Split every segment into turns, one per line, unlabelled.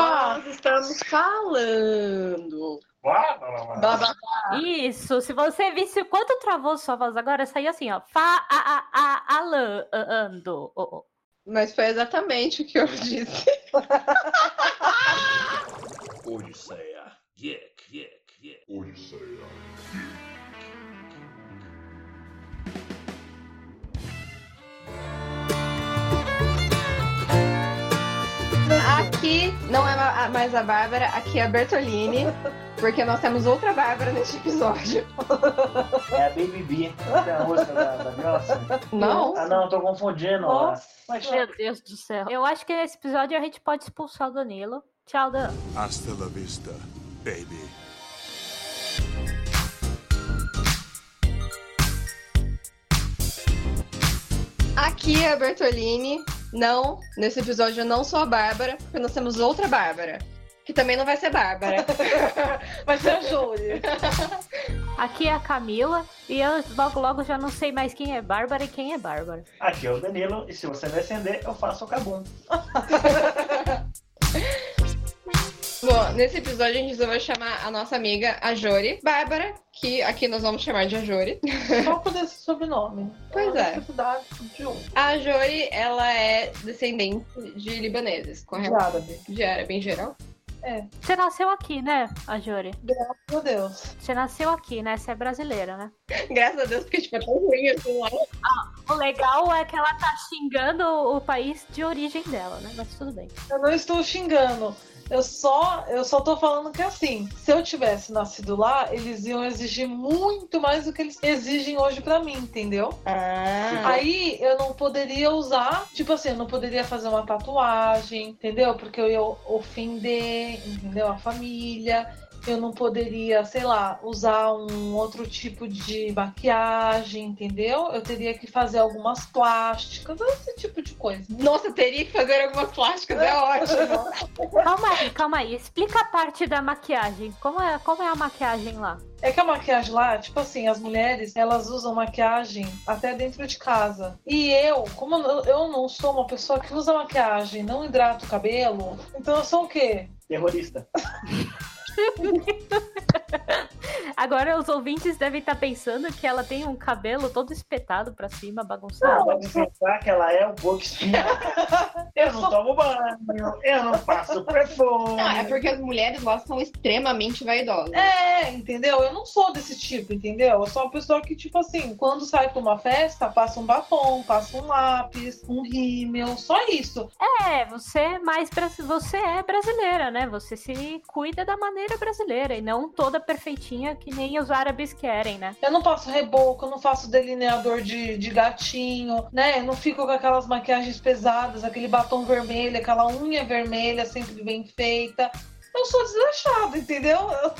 nós estamos falando.
Babá.
Isso, se você visse o quanto travou sua voz agora, saiu assim, ó. Fa a a a alan ando. Oh, oh.
Mas foi exatamente o que eu disse.
Odisseia. Geek, geek, geek. Odisseia.
Aqui não é ma- mais a Bárbara, aqui é a Bertolini, porque nós temos outra Bárbara neste episódio.
É a Baby B, é a música da, da Beyoncé.
Não?
Ah, não, tô confundindo. ó. Mas,
Meu Deus do céu. Eu acho que nesse episódio a gente pode expulsar o Danilo. Tchau, Dan.
Hasta la vista, baby.
Aqui é a Bertolini. Não, nesse episódio eu não sou a Bárbara, porque nós temos outra Bárbara. Que também não vai ser Bárbara. vai ser a Júlia.
Aqui é a Camila. E eu logo, logo já não sei mais quem é Bárbara e quem é Bárbara.
aqui é o Danilo, e se você me acender, eu faço o cabum.
Bom, nesse episódio a gente resolveu chamar a nossa amiga, a Jori. Bárbara, que aqui nós vamos chamar de a Jori.
Só por esse sobrenome.
Pois é.
Necessidade de um.
A Jori, ela é descendente de libaneses,
De
correto?
árabe.
De árabe em geral.
É.
Você nasceu aqui, né, a Jori?
Meu Deus.
Você nasceu aqui, né? Você é brasileira, né?
Graças a Deus, porque tipo, é tão ruim assim lá.
O legal é que ela tá xingando o o país de origem dela, né? Mas tudo bem.
Eu não estou xingando. Eu só, eu só tô falando que assim, se eu tivesse nascido lá, eles iam exigir muito mais do que eles exigem hoje pra mim, entendeu?
Ah,
Aí eu não poderia usar, tipo assim, eu não poderia fazer uma tatuagem, entendeu? Porque eu ia ofender, entendeu? A família. Eu não poderia, sei lá, usar um outro tipo de maquiagem, entendeu? Eu teria que fazer algumas plásticas, esse tipo de coisa.
Nossa, teria que fazer algumas plásticas, é ótimo.
Calma aí, calma aí. Explica a parte da maquiagem. Como é, como é a maquiagem lá?
É que a maquiagem lá, tipo assim, as mulheres, elas usam maquiagem até dentro de casa. E eu, como eu eu não sou uma pessoa que usa maquiagem, não hidrata o cabelo, então eu sou o quê?
Terrorista.
Agora os ouvintes devem estar pensando que ela tem um cabelo todo espetado pra cima,
Ah,
Tá
bagunçado.
pode pensar que ela é o Boxinha. Eu não tomo banho, eu não passo perfume.
Não, é porque as mulheres lá são extremamente vaidosas.
É, entendeu? Eu não sou desse tipo, entendeu? Eu sou uma pessoa que, tipo assim, quando sai pra uma festa, passa um batom, passa um lápis, um rímel, só isso.
É, você é mais bra- você é brasileira, né? Você se cuida da maneira brasileira e não toda perfeitinha que nem os árabes querem, né?
Eu não passo reboco, eu não faço delineador de, de gatinho, né? Eu não fico com aquelas maquiagens pesadas, aquele batom vermelho, aquela unha vermelha sempre bem feita. Eu sou desleixada, entendeu? Eu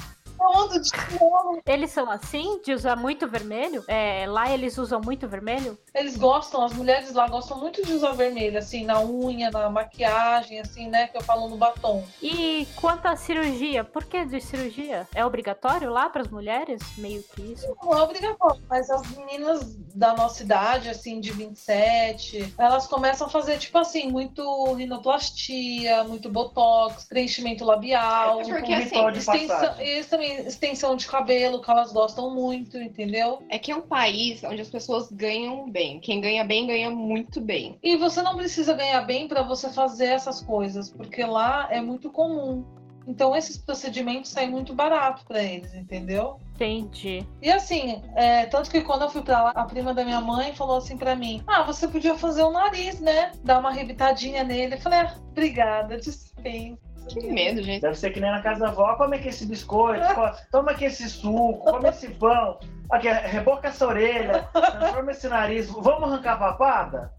eu ando de novo.
Eles são assim de usar muito vermelho? É, lá eles usam muito vermelho?
Eles gostam, as mulheres lá gostam muito de usar vermelho, assim, na unha, na maquiagem, assim, né? Que eu falo no batom.
E quanto à cirurgia, por que de cirurgia? É obrigatório lá pras mulheres? Meio que isso.
Não é obrigatório, mas as meninas da nossa idade, assim, de 27, elas começam a fazer, tipo assim, muito rinoplastia, muito botox, preenchimento labial.
É porque,
um
assim,
ritual de
Extensão,
passagem.
isso também, extensão de cabelo, que elas gostam muito, entendeu?
É que é um país onde as pessoas ganham bem. Quem ganha bem, ganha muito bem.
E você não precisa ganhar bem pra você fazer essas coisas, porque lá é muito comum. Então esses procedimentos saem muito barato pra eles, entendeu?
Entendi.
E assim, é, tanto que quando eu fui pra lá, a prima da minha mãe falou assim pra mim: Ah, você podia fazer o nariz, né? Dar uma arrebitadinha nele. Eu falei: ah, Obrigada, dispensa.
Que medo, gente.
Deve ser que nem na casa da avó. Come aqui esse biscoito, co- toma aqui esse suco, come esse pão. Aqui, reboca essa orelha, transforma esse nariz. Vamos arrancar a papada?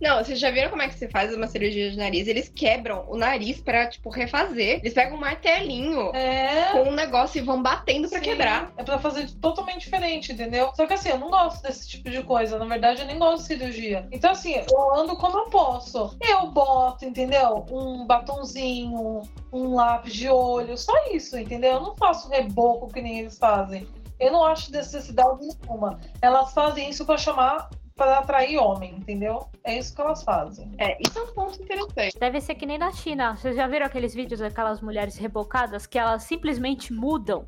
Não, vocês já viram como é que se faz uma cirurgia de nariz? Eles quebram o nariz pra, tipo, refazer. Eles pegam um martelinho
É.
com um negócio e vão batendo pra
sim,
quebrar.
É pra fazer totalmente diferente, entendeu? Só que assim, eu não gosto desse tipo de coisa. Na verdade, eu nem gosto de cirurgia. Então, assim, eu ando como eu posso. Eu boto, entendeu? Um batonzinho, um lápis de olho, só isso, entendeu? Eu não faço reboco que nem eles fazem. Eu não acho necessidade nenhuma. Elas fazem isso pra chamar para atrair homem, entendeu? É isso que elas fazem.
É, isso é um ponto interessante.
Deve ser que nem na China. Vocês já viram aqueles vídeos daquelas mulheres rebocadas que elas simplesmente mudam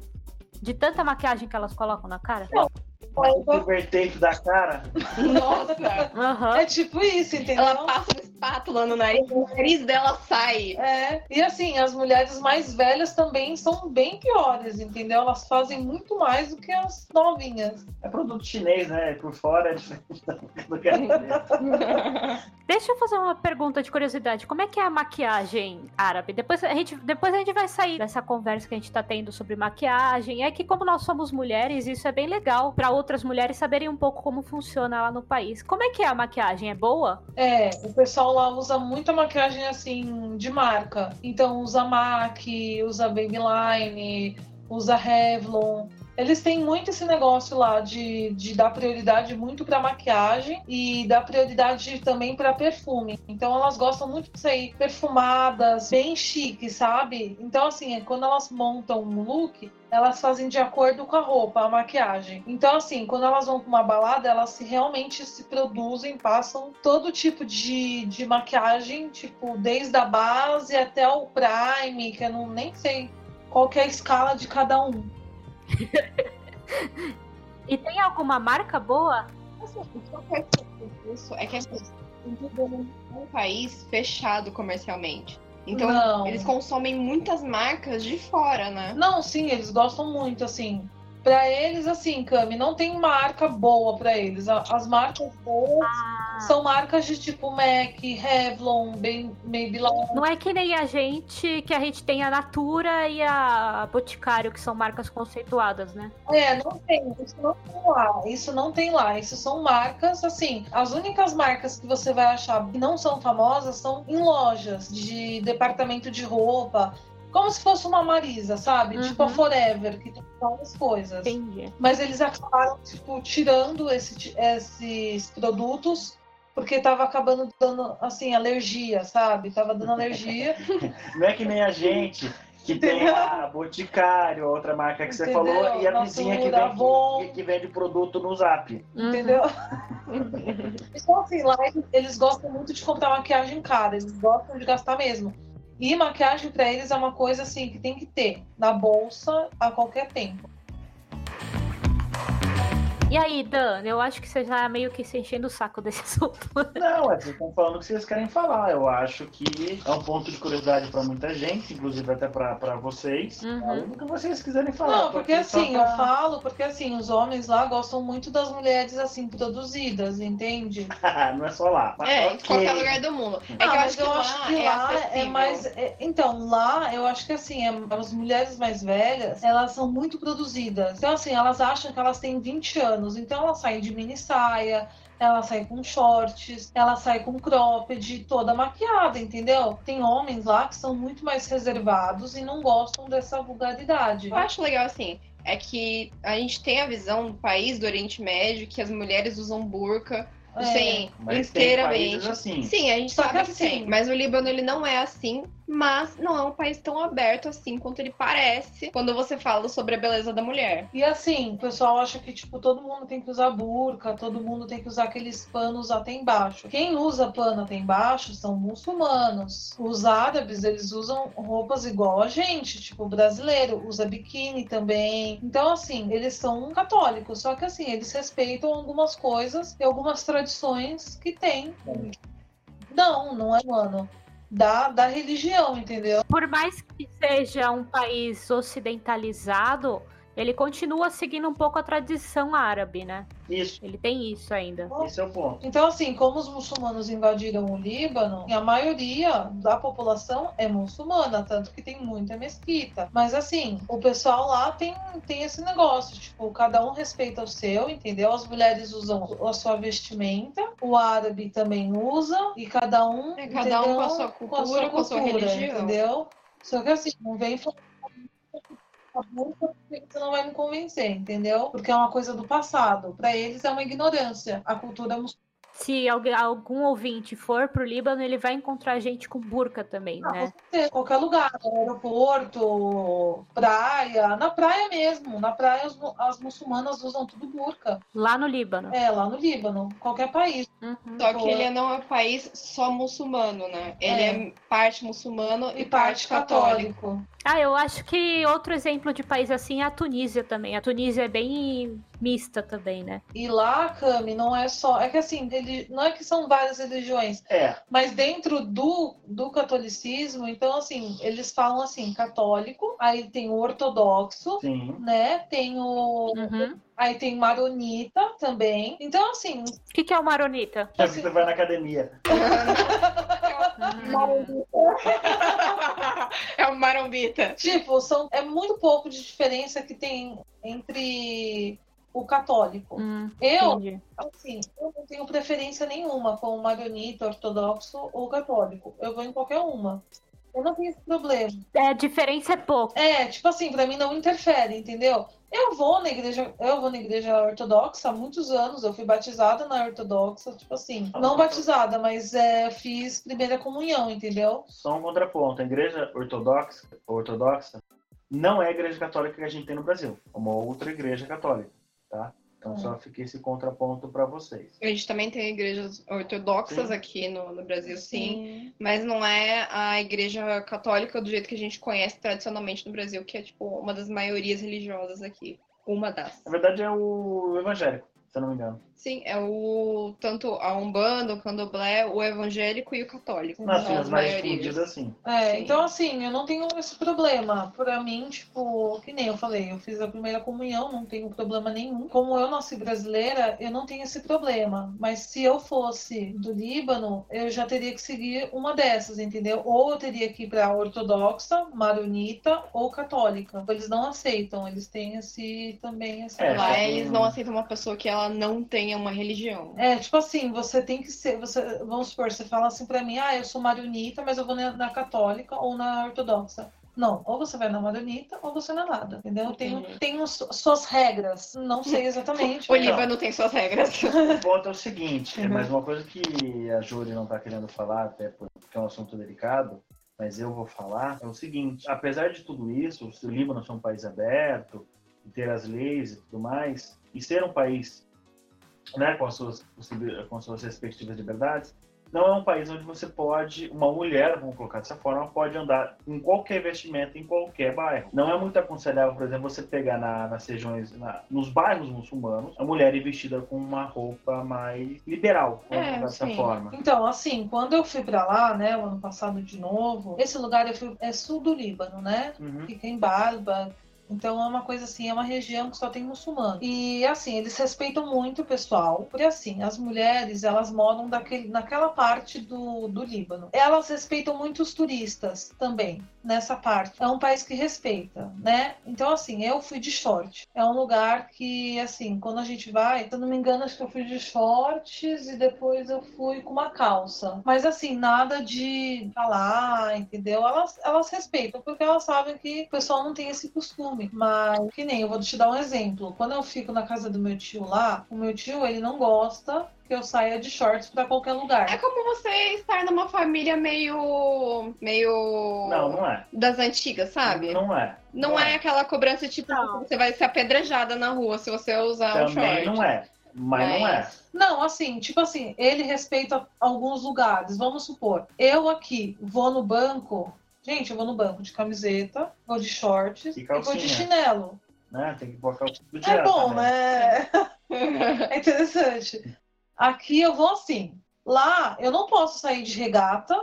de tanta maquiagem que elas colocam na cara?
Pode converter dentro da cara.
Nossa!
Aham.
É tipo isso, entendeu?
Ela passa uma espátula no nariz, o nariz dela sai.
É, e assim, as mulheres mais velhas também são bem piores, entendeu? Elas fazem muito mais do que as novinhas.
É produto chinês, né? Por fora é diferente do que é dentro.
Deixa eu fazer uma pergunta de curiosidade. Como é que é a maquiagem árabe? Depois a gente, depois a gente vai sair dessa conversa que a gente tá tendo sobre maquiagem. É que como nós somos mulheres, isso é bem legal pra outras mulheres saberem um pouco como funciona lá no país. Como é que é a maquiagem? É boa?
É, o pessoal lá usa muita maquiagem assim de marca. Então usa MAC, usa Babyline, usa Revlon. Eles têm muito esse negócio lá de, de dar prioridade muito pra maquiagem e dar prioridade também pra perfume. Então elas gostam muito de sair perfumadas, bem chique, sabe? Então, assim, é quando elas montam um look, elas fazem de acordo com a roupa, a maquiagem. Então, assim, quando elas vão pra uma balada, elas se- realmente se produzem, passam todo tipo de, de maquiagem, tipo, desde a base até o prime, que eu não, nem sei qual que é a escala de cada um.
E tem alguma marca boa?
Assim, o que eu percebo disso é que as pessoas vivem num um país fechado comercialmente. Então,
Não.
eles consomem muitas marcas de fora, né?
Não, sim, eles gostam muito, assim. Pra eles, assim, Cami, não tem marca boa pra eles. A- As marcas boas
Ah.
são marcas de tipo MAC, Revlon, Ben- Maybelline.
Não é que nem a gente, que a gente tem a Natura e a Boticário, que são marcas conceituadas, né?
É, não tem, isso não tem lá. Isso não tem lá. Isso são marcas, assim, as únicas marcas que você vai achar que não são famosas são em lojas de departamento de roupa. Como se fosse uma Marisa, sabe?
Uhum.
Tipo a Forever, que tem várias coisas.
Entendi.
Mas eles acabaram, tipo, tirando esse ti- esses produtos porque tava acabando dando, assim, alergia, sabe? Tava dando alergia.
Não é que nem a gente, que tem a Boticário, outra marca que você
Entendeu?
falou, e a
Natura,
vizinha que vende,
Avon.
que- que vende produto no zap.
Uhum.
Entendeu? Então, assim, lá eles gostam muito de comprar maquiagem cara, eles gostam de gastar mesmo. E maquiagem pra eles é uma coisa, assim, que tem que ter na bolsa a qualquer tempo.
E aí, Dan, eu acho que você já é meio que se enchendo o saco desse assunto.
Não, é, vocês estão falando o que vocês querem falar. Eu acho que é um ponto de curiosidade para muita gente, inclusive até para vocês.
Uhum.
Uhum. O que vocês quiserem falar.
Não,
Eu tô
porque
aqui só
assim, eu
pra-
falo, porque assim, os homens lá gostam muito das mulheres, assim, produzidas, entende?
não é só lá. Mas
É, em
ok.
qualquer lugar do mundo. É que
Ah,
eu
mas
acho que, lá, é acessível.
mais. é- então, lá eu acho que assim, é- as mulheres mais velhas, elas são muito produzidas. Então, assim, elas acham que elas têm 20 anos. Então elas saem de mini saia, elas saem com shorts, elas saem com cropped, toda maquiada, entendeu? Tem homens lá que são muito mais reservados e não gostam dessa vulgaridade.
Eu acho legal assim, é que a gente tem a visão do país do Oriente Médio que as mulheres usam burca,
É.
assim,
Mas tem
inteiramente.
países assim.
Sim, a gente
Só
sabe
que
que
assim-
tem, mas o Líbano ele não é assim, mas não é um país tão aberto assim quanto ele parece quando você fala sobre a beleza da mulher.
E assim, o pessoal acha que, tipo, todo mundo tem que usar burca, todo mundo tem que usar aqueles panos até embaixo. Quem usa pano até embaixo são muçulmanos. Os árabes, eles usam roupas igual a gente, tipo, o brasileiro usa biquíni também. Então, assim, eles são católicos, só que assim, eles respeitam algumas coisas e algumas tradições que tem. Não, não é, mano. Da, da religião, entendeu?
Por mais que seja um país ocidentalizado, ele continua seguindo um pouco a tradição árabe, né?
Isso,
Ele tem isso ainda.
esse é o ponto.
Então, assim, como os muçulmanos invadiram o Líbano, a maioria da população é muçulmana, tanto que tem muita mesquita. Mas, assim, o pessoal lá tem, tem esse negócio, tipo, cada um respeita o seu, entendeu? As mulheres usam a sua vestimenta, o árabe também usa, e cada um.
É, cada um com a
entendeu?
sua cultura, com a sua religião.
Entendeu? Só que, assim, não vem falar a boca, porque você não vai me convencer, entendeu? Porque é uma coisa do passado. Pra eles é uma ignorância. A cultura
se alguém, algum ouvinte for pro Líbano, ele vai encontrar gente com burca também,
Ah,
né?
com certeza, qualquer lugar, no aeroporto, praia, na praia mesmo. Na praia as, mu- as muçulmanas usam tudo burca.
Lá no Líbano.
É, lá no Líbano, qualquer país.
Uhum.
Só que ele não é um país só muçulmano, né? Ele é, parte muçulmano e,
E parte católico.
Ah, eu acho que outro exemplo de país assim é a Tunísia também. A Tunísia é bem mista também, né?
E lá, Cami, não é só. É que assim, ele... não é que são várias religiões,
É,
mas dentro do, do catolicismo, então assim, eles falam assim, católico, aí tem o ortodoxo,
sim.
né? Tem o.
Uhum.
Aí tem maronita também. Então, assim,
O que, que é o maronita?
Já que você vai na academia.
Uhum.
é o marombita.
Tipo, são, é muito pouco de diferença que tem entre o católico.
Hum,
Eu,
entendi.
assim, eu não tenho preferência nenhuma com o maronita, ortodoxo ou católico. Eu vou em qualquer uma. Eu não tenho esse problema.
É, a diferença é pouco.
É, tipo assim, pra mim não interfere, entendeu? Eu vou na igreja, eu vou na igreja ortodoxa há muitos anos, eu fui batizada na ortodoxa, tipo assim, não batizada, mas é, fiz primeira comunhão, entendeu?
Só um contraponto. A igreja ortodoxa, ortodoxa não é a igreja católica que a gente tem no Brasil. É uma outra igreja católica, tá? Então
Hum.
só fica esse contraponto pra vocês.
A gente também tem igrejas ortodoxas
Sim.
aqui no, no Brasil, sim. Mas não é a igreja católica do jeito que a gente conhece tradicionalmente no Brasil, que é tipo uma das maiorias religiosas aqui. Uma das.
Na verdade é o evangélico, se eu não me engano.
Sim, é o tanto a Umbanda, o Candomblé, o evangélico e o católico. são
Nas
as
filhas mais
maiorias.
difundidas assim.
É,
Sim.
então assim, eu não tenho esse problema. Pra mim, tipo, que nem eu falei, eu fiz a primeira comunhão, não tenho problema nenhum. Como eu nasci brasileira, eu não tenho esse problema. Mas se eu fosse do Líbano, eu já teria que seguir uma dessas, entendeu? Ou eu teria que ir pra ortodoxa, maronita ou católica. Eles não aceitam, eles têm esse também essa
É,
Lá
só que-
eles não aceitam uma pessoa que ela não tenha uma religião.
é, tipo assim, você tem que ser, você, vamos supor, você fala assim pra mim, ah, eu sou marionita, mas eu vou na, na católica ou na ortodoxa. Não, ou você vai na marionita ou você não é nada, entendeu? Tem,
Entendi.
tem uns- suas regras, não sei exatamente.
É,
então.
O
então.
Líbano tem suas regras.
O ponto é o seguinte, é mais uma coisa que a Júlia não está querendo falar, até porque é um assunto delicado, mas eu vou falar, é o seguinte, apesar de tudo isso, se o Líbano ser um país aberto, e ter as leis e tudo mais, e ser um país né, com, as suas, possi- com as suas respectivas liberdades, não é um país onde você pode, uma mulher, vamos colocar dessa forma, pode andar em qualquer vestimenta, em qualquer bairro. Não é muito aconselhável, por exemplo, você pegar na- nas regiões, na- nos bairros muçulmanos, a mulher ir vestida com uma roupa mais liberal, vamos
É,
colocar dessa
sim.
forma.
Então, assim, quando eu fui pra lá, né, o ano passado de novo, esse lugar eu fui, é sul do Líbano, né?
Tipo
Uhum.
fica em Barba. Então é uma coisa assim, é uma região que só tem muçulmano. E assim, eles respeitam muito o pessoal. Porque assim, as mulheres, elas moram daquele, naquela parte do, do Líbano. Elas respeitam muito os turistas também, nessa parte. É um país que respeita, né? Então assim, eu fui de short. É um lugar que, assim, quando a gente vai, se eu não me engano, acho que eu fui de shorts e depois eu fui com uma calça. Mas assim, nada de falar, entendeu? Elas, elas respeitam, porque elas sabem que o pessoal não tem esse costume. Mas que nem, eu vou te dar um exemplo. Quando eu fico na casa do meu tio lá, o meu tio, ele não gosta que eu saia de shorts pra qualquer
É
lugar.
como você estar numa família meio. meio.
Não, não é.
das antigas, sabe? Não,
Não é.
é aquela cobrança tipo
Não.
você vai ser apedrejada na rua se você usar um
Também
short.
não é. Mas não é.
Mas-
Não, assim, tipo assim, ele respeita alguns lugares. Vamos supor, eu aqui vou no banco. Gente, eu vou no banco de camiseta, vou de shorts
E
e vou de
calcinha.
chinelo.
né? Tem que colocar o tudo
É
direto,
bom, né? É interessante. Aqui eu vou assim. Lá eu não posso sair de regata.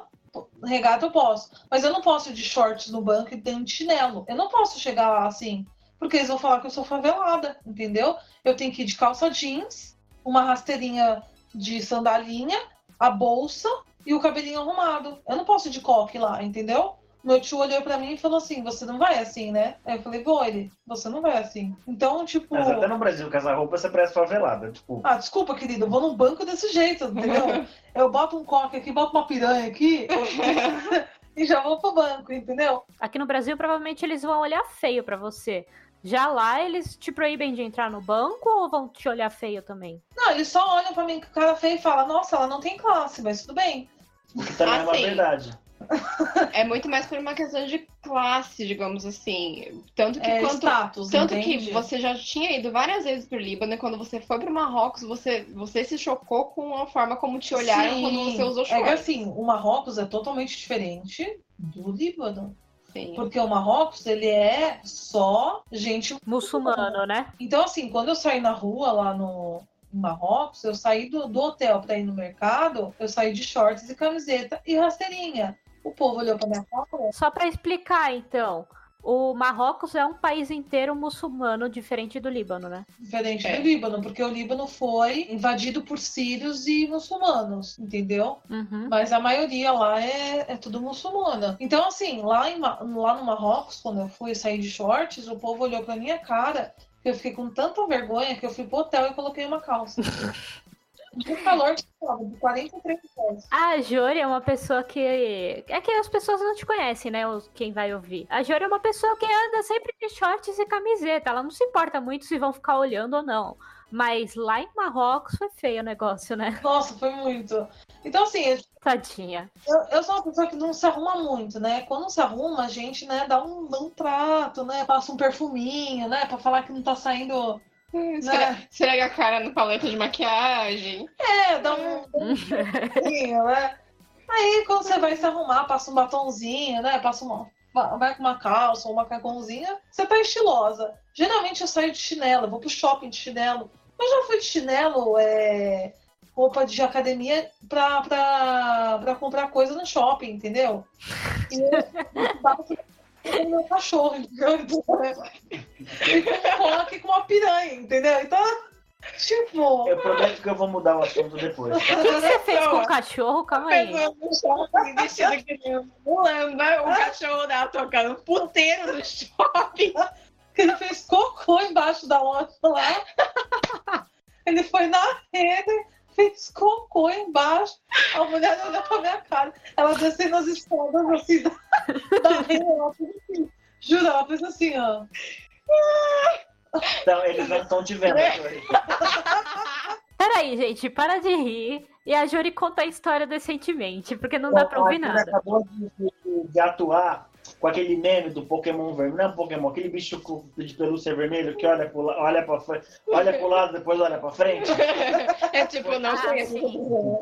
Regata eu posso. Mas eu não posso ir de shorts no banco e dentro de chinelo. Eu não posso chegar lá assim. Porque eles vão falar que eu sou favelada, entendeu? Eu tenho que ir de calça jeans, uma rasteirinha de sandalinha, a bolsa e o cabelinho arrumado. Eu não posso ir de coque lá, entendeu? Meu tio olhou pra mim e falou assim: Você não vai assim, né? Aí eu falei: Vou, ele. Você não vai assim. Então, tipo.
Mas é até no Brasil, com essa roupa, você parece favelada. Tipo,
Ah, desculpa, querido, eu vou num banco desse jeito, entendeu? Eu boto um coque aqui, boto uma piranha aqui e já vou pro banco, entendeu?
Aqui no Brasil, provavelmente eles vão olhar feio pra você. Já lá eles te proíbem de entrar no banco ou vão te olhar feio também?
Não, eles só olham pra mim com cara feia e falam, nossa, ela não tem classe, mas tudo bem.
O que também é
Ah,
uma
Assim.
verdade.
É muito mais por uma questão de classe, digamos assim. Tanto que
É
quanto
status,
Tanto
entende?
que você já tinha ido várias vezes pro Líbano e quando você foi pro Marrocos, você, você se chocou com a forma como te olharam
Sim.
quando você usou
É que
shorts.
assim, o Marrocos é totalmente diferente do Líbano.
Sim.
Porque o Marrocos, ele é só gente
Muçulmano, né?
Então, assim, quando eu saí na rua lá no em Marrocos, eu saí do, do hotel pra ir no mercado, eu saí de shorts e camiseta e rasteirinha. O povo olhou pra minha cara.
Só pra explicar, então. O Marrocos é um país inteiro muçulmano, diferente do Líbano, né?
Diferente
É.
do Líbano, porque o Líbano foi invadido por sírios e muçulmanos, entendeu?
Uhum.
Mas a maioria lá é, é tudo muçulmana. Então, assim, lá, em Ma- lá no Marrocos, quando eu fui sair de shorts, o povo olhou pra minha cara. que Eu fiquei com tanta vergonha que eu fui pro hotel e coloquei uma calça. O calor que tava, de 43 graus.
A Jori é uma pessoa que. É que as pessoas não te conhecem, né? os- Quem vai ouvir. A Jori é uma pessoa que anda sempre de shorts e camiseta. Ela não se importa muito se vão ficar olhando ou não. Mas lá em Marrocos foi feio o negócio, né?
Nossa, foi muito. Então, assim,
Tadinha.
eu, eu sou uma pessoa que não se arruma muito, né? Quando se arruma, a gente, né, dá um, dá um trato, né? Passa um perfuminho, né? Pra falar que não tá saindo.
Esfre- Esfrega a cara no paleta de maquiagem.
É, dá um
Uhum.
perfuminho, né? Aí, quando você vai se arrumar, passa um batonzinho, né? Passa uma. va- Vai com uma calça ou um macacãozinha, você tá estilosa. Geralmente eu saio de chinelo, eu vou pro shopping de chinelo. Eu já fui de chinelo, é, roupa de academia pra, pra, pra comprar coisa no shopping, entendeu? E eu bato no meu cachorro, entendeu? E coloque com uma piranha, entendeu? Então, tipo.
Eu prometo que eu vou mudar o assunto depois.
O que, que você fez com o cachorro? Calma aí.
Pegando no shopping, vestido que nem mulamba, o cachorro dela tocando puteiro no shopping.
que ele fez cocô embaixo da loja lá. Ele foi na rede, fez cocô embaixo. A mulher olhou pra minha cara. Ela desceu as escadas assim da, da rede. Ela fez assim. Juro, ela fez assim, ó.
Então, eles não estão te vendo.
Né?
Jori.
Peraí, gente, para de rir. E a Jori conta a história decentemente, porque não dá pra ouvir
Ele
nada.
acabou de, de- de atuar com aquele meme do Pokémon vermelho. Não é um Pokémon, aquele bicho com- de pelúcia vermelho que olha, pro, la- olha, pra, fre- olha pro lado, depois olha pra frente.
É tipo, não
Ah,
sei.
sim.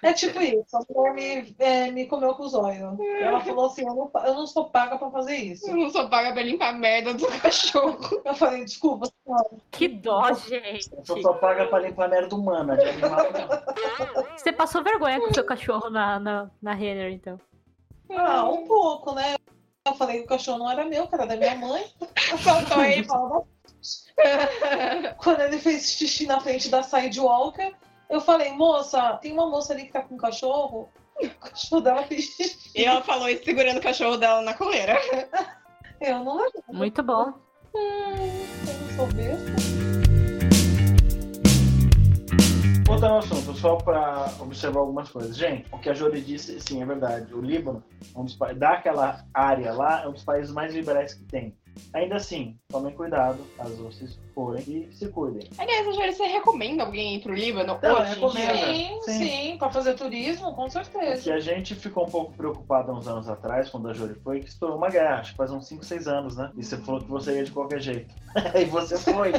É tipo isso. A mulher me, é, me comeu com os olhos. Ela falou assim: eu não, eu não sou paga pra fazer isso.
Eu não sou paga pra limpar a merda do cachorro.
Eu falei: desculpa, senhora.
Que dó, gente.
Eu só, só paga pra limpar a merda humana. De animal, não.
Você passou vergonha com o seu cachorro na, na, na Renner, então.
Ah, um pouco, né? Eu falei que o cachorro não era meu, que era da minha mãe.
Faltou
Ele
aí.
falava quando ele fez xixi na frente da Sidewalker, eu falei, moça, tem uma moça ali que tá com um cachorro. O cachorro dela fez xixi.
E ela falou isso segurando o cachorro dela na coleira.
Eu não lembro, Hum,
Muito bom.
eu não sou besta.
Voltando ao assunto, só pra observar algumas coisas. Gente, o que a Jori disse, sim, é verdade. O Líbano, é um dos pa- daquela área lá, é um dos países mais liberais que tem. Ainda assim, tomem cuidado, caso vocês forem, e se cuidem.
Aliás, a Júlia, você recomenda alguém ir pro Líbano
Não,
hoje? em dia?
recomendo.
Sim,
Sim.
sim, pra fazer turismo, com certeza.
Que a gente ficou um pouco preocupado há uns anos atrás, quando a Jori foi, que estourou uma guerra, acho que faz uns 5, 6 anos, né? E você falou que você ia de qualquer jeito. e você foi.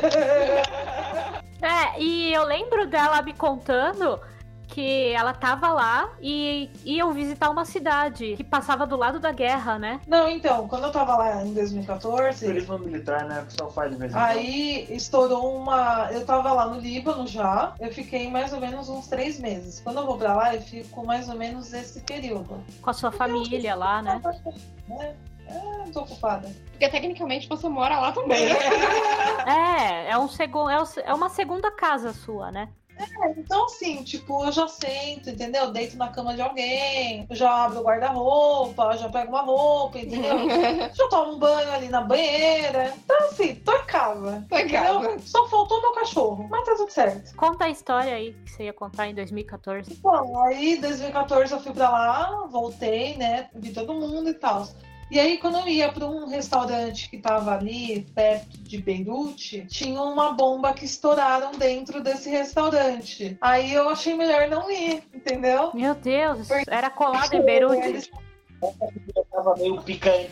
É, e eu lembro dela me contando que ela tava lá e iam visitar uma cidade que passava do lado da guerra, né?
Não, então, quando eu tava lá em 2014,
Turismo militar, né? Que só faz de vez em quando.
aí estourou uma. Eu tava lá no Líbano já, eu fiquei mais ou menos uns três meses. Quando eu vou pra lá, eu fico mais ou menos esse período.
Com a sua família lá, né?
Né? É, tô ocupada.
Porque tecnicamente você mora lá também. né?
É, é, um segun, é, o se- é uma segunda casa sua, né?
Então, assim, tipo, eu já sento, entendeu? Deito na cama de alguém, eu já abro o guarda-roupa, eu já pego uma roupa, entendeu?
É.
já tomo um banho ali na banheira. Então, assim, tô em casa.
Tô em
entendeu?
casa.
Só faltou meu cachorro, mas tá tudo certo.
Conta a história aí que você ia contar em 2014.
Bom, aí, 2014 eu fui pra lá, voltei, né? Vi todo mundo e tal. E aí, quando eu ia para um restaurante que estava ali, perto de Beirute, tinha uma bomba que estouraram dentro desse restaurante. Aí eu achei melhor não ir, entendeu?
Meu Deus, era colado em Beirute.
Eu tava meio picante.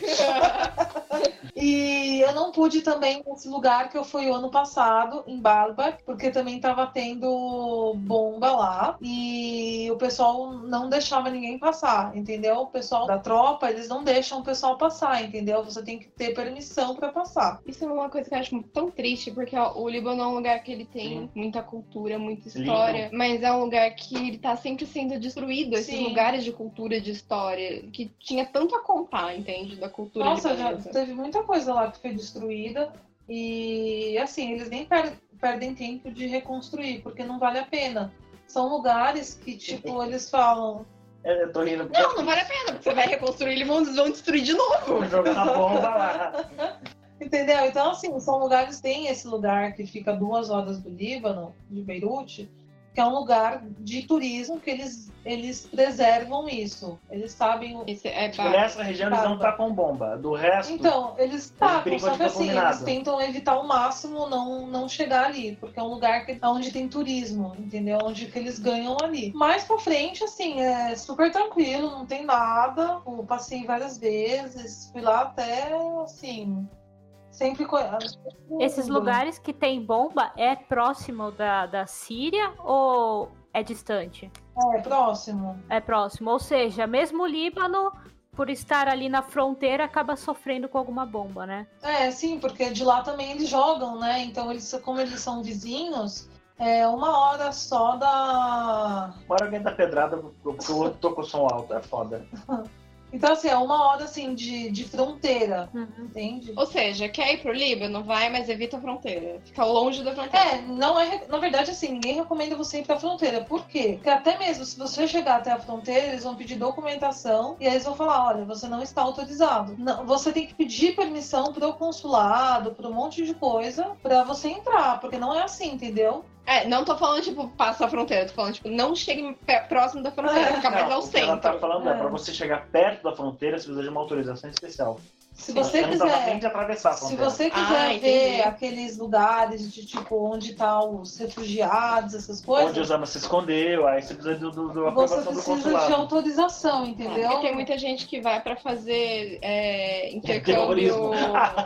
E eu não pude também nesse lugar que eu fui o ano passado, em Barba, porque também tava tendo bomba lá e o pessoal não deixava ninguém passar, entendeu? O pessoal da tropa, eles não deixam o pessoal passar, entendeu? Você tem que ter permissão pra passar.
Isso é uma coisa que eu acho tão triste, porque ó, o Líbano é um lugar que ele tem
Sim.
muita cultura, muita história, mas é um lugar que ele tá sempre sendo destruído, esses
Sim.
lugares de cultura, de história, que tinha tanto a contar, entende, da cultura
Nossa, já
libanesa.
teve muita coisa lá que foi destruída e assim, eles nem per- perdem tempo de reconstruir, porque não vale a pena. São lugares que, tipo, eles falam,
É, Eu tô rindo porque
Não, não vale a pena, porque você vai reconstruir, eles vão, vão destruir de novo.
eu jogar a bomba lá.
Entendeu? Então, assim, são lugares. Tem esse lugar que fica a duas horas do Líbano, de Beirute, que é um lugar de turismo que eles, eles preservam isso. Eles sabem. o-
Esse é
Tipo,
bar.
nessa região eles não tacam bomba. Do resto,
Então, eles tapam,
brincam
só
de
que assim, eles
contaminado.
tentam evitar ao máximo não, não chegar ali, porque é um lugar que, onde tem turismo, entendeu? Onde que eles ganham ali. Mais pra frente, assim, é super tranquilo, não tem nada. Eu passei várias vezes, fui lá até, assim, sempre. Uhum. co-
Esses lugares que tem bomba é próximo da, da Síria ou é distante?
É, próximo.
É próximo. Ou seja, mesmo o Líbano, por estar ali na fronteira, acaba sofrendo com alguma bomba, né?
É, sim, porque de lá também eles jogam, né? Então, eles, como eles são vizinhos, é uma hora só da.
mora alguém tá pedrada porque o outro tocou som alto. É foda.
Então, assim, é uma hora assim de, de fronteira, entende?
Ou seja, quer ir pro Líbano? Vai, mas evita a fronteira. Fica longe da fronteira.
É, não é. Na verdade, assim, ninguém recomenda você ir pra fronteira. Por quê? Porque até mesmo se você chegar até a fronteira, eles vão pedir documentação e aí eles vão falar: olha, você não está autorizado. Não, você tem que pedir permissão pro consulado, pro um monte de coisa, pra você entrar, porque não é assim, entendeu?
É, não tô falando, tipo, passa a fronteira. Tô falando, tipo, não chegue pe- próximo da fronteira. Fica mais
É, Não,
ao
o que ela tá
centro.
falando é,
É.
pra você chegar perto da fronteira, você precisa de uma autorização especial.
Se você
não tava nem
quiser.
de atravessar a
Se
fronteira.
você
Ah,
quiser
entendi.
ver aqueles lugares de tipo onde tá os refugiados, essas coisas,
Onde o Osama se escondeu, aí você precisa do, do, do
você
aprovação do
precisa de
consulado.
autorização, entendeu?
Porque tem muita gente É, que vai pra fazer é, intercâmbio.
Terrorismo.
Como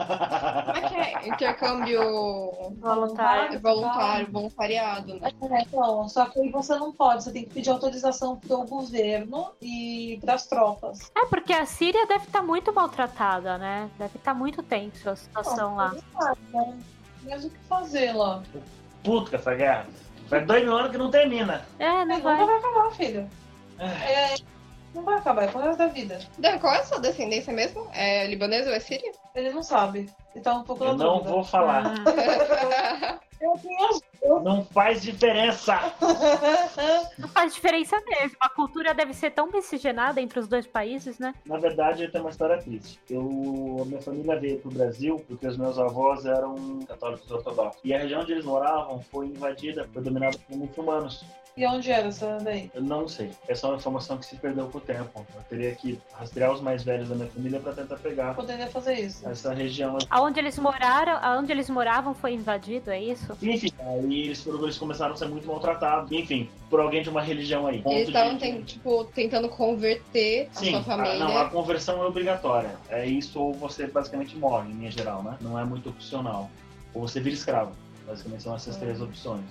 é que é? Intercâmbio
Voluntário.
voluntário, voluntariado, né?
É, então, só que aí você não pode, você tem que pedir autorização pro governo e pras tropas.
É, porque a Síria deve estar muito maltratada, né? Deve estar muito tenso a situação lá.
Então, Mas o que fazer lá?
Puto com essa guerra. Faz dois mil anos que não termina.
É,
Não
não
vai
vai.
acabar, filha. É, não vai acabar, é pro resto da vida.
Dan, qual é a sua descendência mesmo? É libanesa ou é síria?
Ele não sabe. Então, um pouco na
Eu não
dúvida.
vou
Ah.
falar.
Eu tenho as
Não faz diferença.
Não É. faz diferença mesmo. A cultura deve ser tão miscigenada entre os dois países, né?
Na verdade, tem uma história triste. Eu, a minha família veio pro Brasil porque os meus avós eram católicos ortodoxos. E a região onde eles moravam foi invadida, foi dominada por muçulmanos.
E onde era essa daí?
Eu não sei. Essa é uma informação que se perdeu com o tempo. Eu teria que rastrear os mais velhos da minha família para tentar
Eu
pegar
poderia fazer isso.
essa região.
Aonde eles moraram, aonde eles moravam foi invadido, é isso?
Enfim, aí eles, foram, eles começaram a ser muito maltratados. Enfim, por alguém de uma religião aí. Ponto
Eles
de-
estavam, ten- tipo, tentando converter a
Sim,
sua
a,
família.
não, a conversão é obrigatória. É isso ou você basicamente morre, em linha geral, né? Não é muito opcional. Ou você vira escravo. Basicamente são essas três opções.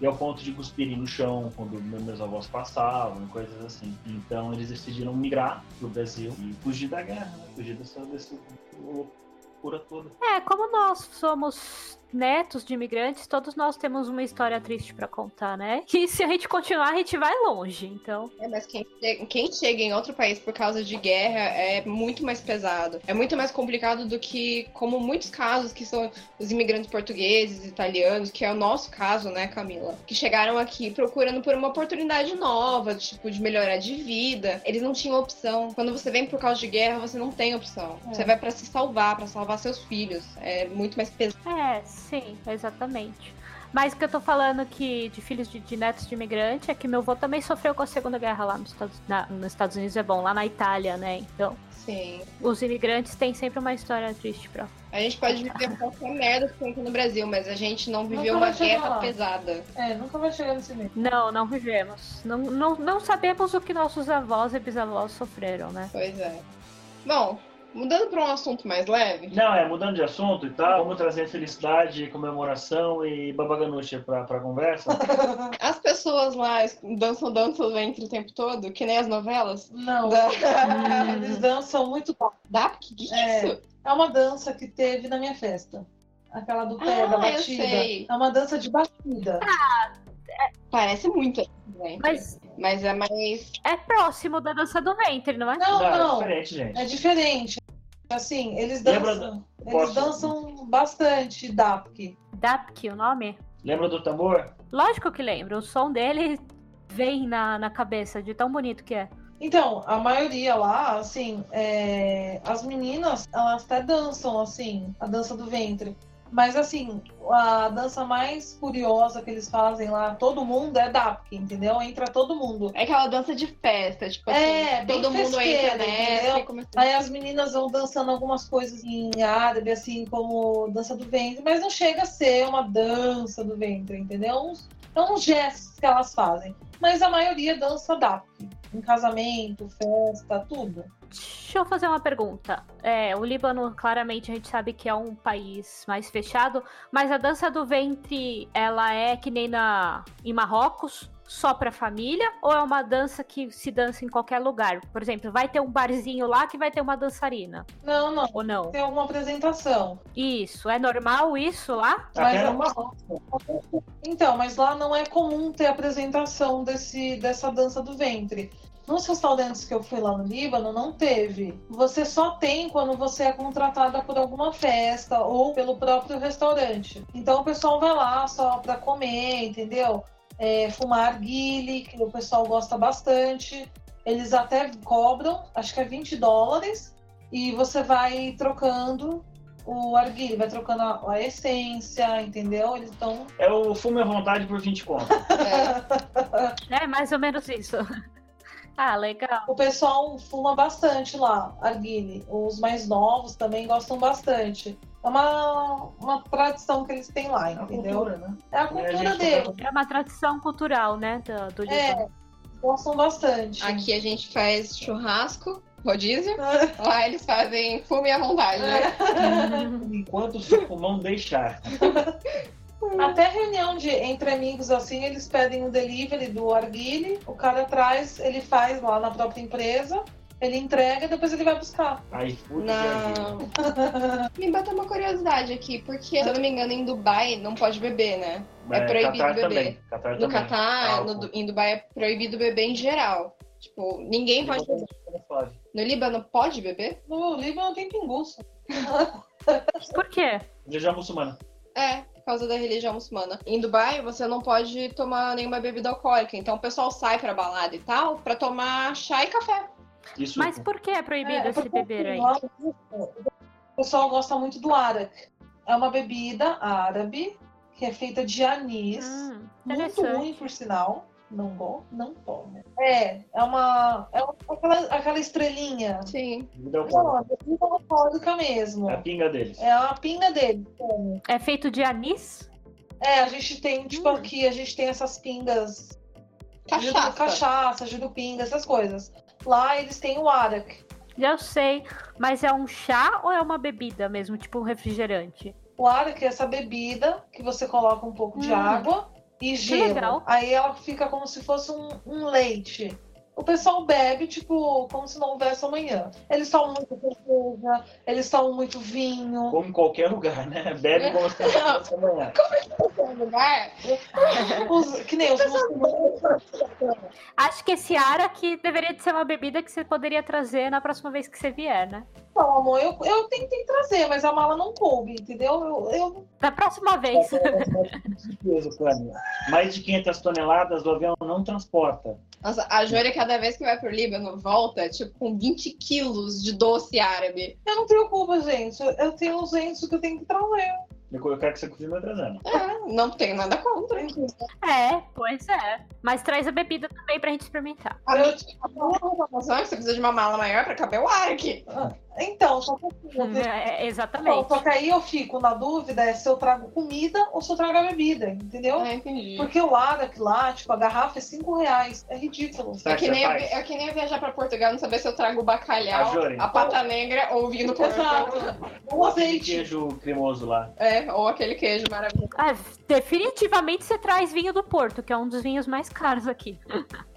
E ao ponto de cuspirem no chão quando me- meus avós passavam e coisas assim. Então eles decidiram migrar pro Brasil e fugir da guerra, né? Fugir dessa, dessa loucura toda.
É, como nós somos netos de imigrantes, todos nós temos uma história triste pra contar, né? Que se a gente continuar, a gente vai longe, então.
É, mas quem chega, quem chega em outro país por causa de guerra é muito mais pesado. É muito mais complicado do que, como muitos casos, que são os imigrantes portugueses, italianos, que é o nosso caso, né, Camila? Que chegaram aqui procurando por uma oportunidade nova, tipo, de melhorar de vida. Eles não tinham opção. Quando você vem por causa de guerra, você não tem opção.
É.
Você vai pra se salvar, pra salvar seus filhos. É muito mais pesado.
É, sim, exatamente. Mas que eu tô falando que de filhos de, de netos de imigrante é que meu avô também sofreu com a Segunda Guerra lá nos Estados, na- nos Estados Unidos, é bom, lá na Itália, né? Então,
Sim.
os imigrantes têm sempre uma história triste pra.
A gente pode viver qualquer merda que tem aqui no Brasil, mas a gente não viveu uma
Nunca vai chegar
guerra
lá.
pesada.
É, nunca vai chegar nesse nível.
Não, não vivemos. Não, não, não sabemos o que nossos avós e bisavós sofreram, né?
Pois é. Bom, mudando pra um assunto mais leve.
Não, é, mudando de assunto e tal, vamos trazer felicidade, comemoração e babaganuxa pra, pra conversa.
As pessoas lá dançam, dançam ventre o tempo todo, que nem as novelas.
Não,
Da-
eles dançam muito bom.
Dá? Que que é
É.
isso?
É uma dança que teve na minha festa. Aquela do pé,
Ah,
da
eu
batida.
sei. Ah.
É uma dança de batida.
Parece muito. Né?
Mas
Mas é mais.
é próximo da dança do ventre, não é?
Não,
é
não.
diferente, gente.
É diferente. Assim, eles
Lembra
dançam. Eles
posso-
dançam bastante DAPC.
Dapki, o nome?
Lembra do tambor?
Lógico que lembro, o som dele vem na, na cabeça de tão bonito que é.
Então, a maioria lá, assim, é, as meninas, elas até dançam, assim, a dança do ventre. Mas, assim, a dança mais curiosa que eles fazem lá, todo mundo é DAPC, entendeu? Entra todo mundo.
É aquela dança de festa, tipo
É,
assim,
bem
todo mundo entra
festeira,
nessa
entendeu?
e começa.
Aí as meninas vão dançando algumas coisas em árabe, assim, como dança do ventre, mas não chega a ser uma dança do ventre, entendeu? É uns- É uns gestos que elas fazem. Mas a maioria dança DAP. Em casamento, festa, tudo.
Deixa eu fazer uma pergunta. É, o Líbano, claramente, a gente sabe que é um país mais fechado, mas a dança do ventre, ela é que nem na, em Marrocos, só pra família, ou é uma dança que se dança em qualquer lugar? Por exemplo, vai ter um barzinho lá que vai ter uma dançarina,
Não, não.
ou não?
Tem alguma apresentação.
Isso, é normal isso lá?
Até
Mas-
no Marrocos. né?
Então, mas lá não é comum ter apresentação desse, dessa dança do ventre. Nos restaurantes que eu fui lá no Líbano, não teve. Você só tem quando você é contratada por alguma festa ou pelo próprio restaurante. Então o pessoal vai lá só pra comer, entendeu? É, fumar arguile, que o pessoal gosta bastante. Eles até cobram, acho que é 20 dólares, e você vai trocando o arguile, vai trocando a, a essência, entendeu? Eles estão
É o fume à vontade por 20 conto.
É.
É mais ou menos isso. ah, legal.
O pessoal fuma bastante lá, Arguile. Os mais novos também gostam bastante. É uma, uma tradição que eles têm lá, entendeu?
né?
É a
É, a
cultura
gente
deles.
É uma tradição cultural, né, do, do Líbano.
É, gostam bastante.
Aqui a gente faz churrasco, rodízio. Lá eles fazem fume à vontade, né?
Enquanto o seu pulmão deixar.
Até reunião de entre amigos assim, eles pedem um delivery do Arguile, o cara traz, ele faz lá na própria empresa, ele entrega e depois ele vai buscar.
Aí, puta que pariu.
Não.
É.
Me bateu uma curiosidade aqui, porque, se eu não me engano, em Dubai não pode beber, né? É proibido
Catar
beber.
também. Catar
No
também.
Catar,
Álcool.
no Du- em Dubai é proibido beber em geral. Tipo, ninguém pode beber. No Líbano pode beber?
No Líbano tem pinguço.
Por quê?
Religião muçulmana.
É, por causa da religião muçulmana. Em Dubai, você não pode tomar nenhuma bebida alcoólica. Então o pessoal sai pra balada e tal pra tomar chá e café.
Isso.
Mas por que é proibido
É,
esse
porque
beber aí?
lá, O pessoal gosta muito do arak. É uma bebida árabe que é feita de anis.
Hum,
muito
interessante.
ruim, por sinal. Não go, não toma. É, é uma. É uma- aquela, aquela estrelinha.
Sim.
Bebida
Não,
alcoólica.
é bebida alcoólica mesmo.
É a pinga deles.
É a pinga dele.
É feito de anis?
É, a gente tem, tipo,
Hum.
aqui, a gente tem essas pingas
Cachaça.
Juru, cachaça, jurupinga, essas coisas. Lá eles têm o arak.
Já eu sei, mas é um chá ou é uma bebida mesmo, tipo um refrigerante?
O arak é essa bebida que você coloca um pouco de
Hum.
água e gelo.
legal.
Aí ela fica como se fosse um, um leite. O pessoal bebe, tipo, como se não houvesse amanhã. Eles tomam muito cerveja, eles tomam muito vinho.
Como em qualquer lugar, né? Bebe como se fosse amanhã.
lugar.
Os- que nem os muçulmanos.
Acho que esse araque deveria de ser uma bebida que você poderia trazer na próxima vez que você vier, né?
tomam. Eu, eu tentei trazer, mas a mala não coube, entendeu? Eu, eu-
Da próxima vez.
Peso, Tânia. Mais de 500 toneladas o avião não transporta.
Nossa, a Júlia, cada vez que vai pro Líbano, volta, tipo, com 20 quilos de doce árabe.
eu não preocupo, gente. Eu tenho os entes que eu tenho que trazer.
Eu colocar que você continua trazendo.
É, não tenho nada contra.
É, pois é. Mas traz a bebida também pra gente experimentar.
A minha informação é que você precisa de uma mala maior pra caber o ar aqui.
Então, só que assim, às vezes-
É, exatamente.
Bom, só que aí eu fico na dúvida é se eu trago comida ou se eu trago a bebida, entendeu?
Ah, entendi.
Porque o Larac lá, tipo, a garrafa é 5 reais. É ridículo.
É que,
Você
nem eu,
faz.
é que nem eu viajar pra Portugal não saber se eu trago
Ah,
bacalhau,
Júlia.
a pata negra ou o vinho do
Exato.
Portugal.
Um
Aquele
azeite.
queijo cremoso lá.
É, ou aquele queijo maravilhoso.
Ah, definitivamente você traz vinho do Porto, que é um dos vinhos mais caros aqui.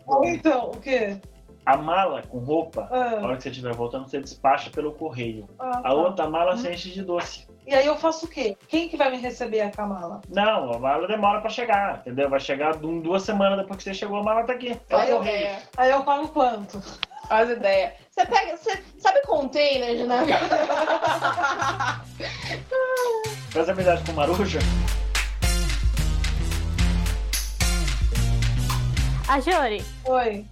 Ou então, o quê?
A mala com roupa, na
Ah,
hora que você estiver voltando, você despacha pelo correio.
ah,
A
tá.
outra mala
Hum.
se enche de doce.
E aí eu faço o quê? Quem que vai me receber a Kamala?
Não, a mala demora pra chegar, entendeu? Vai chegar dum- duas semanas depois que você chegou, a mala tá aqui.
Faz
Ela correu.
ideia.
Aí eu pago quanto?
É, Faz ideia. Você pega. Você sabe container de navio?
Faz amizade com o Maruja.
A Jori,
Oi.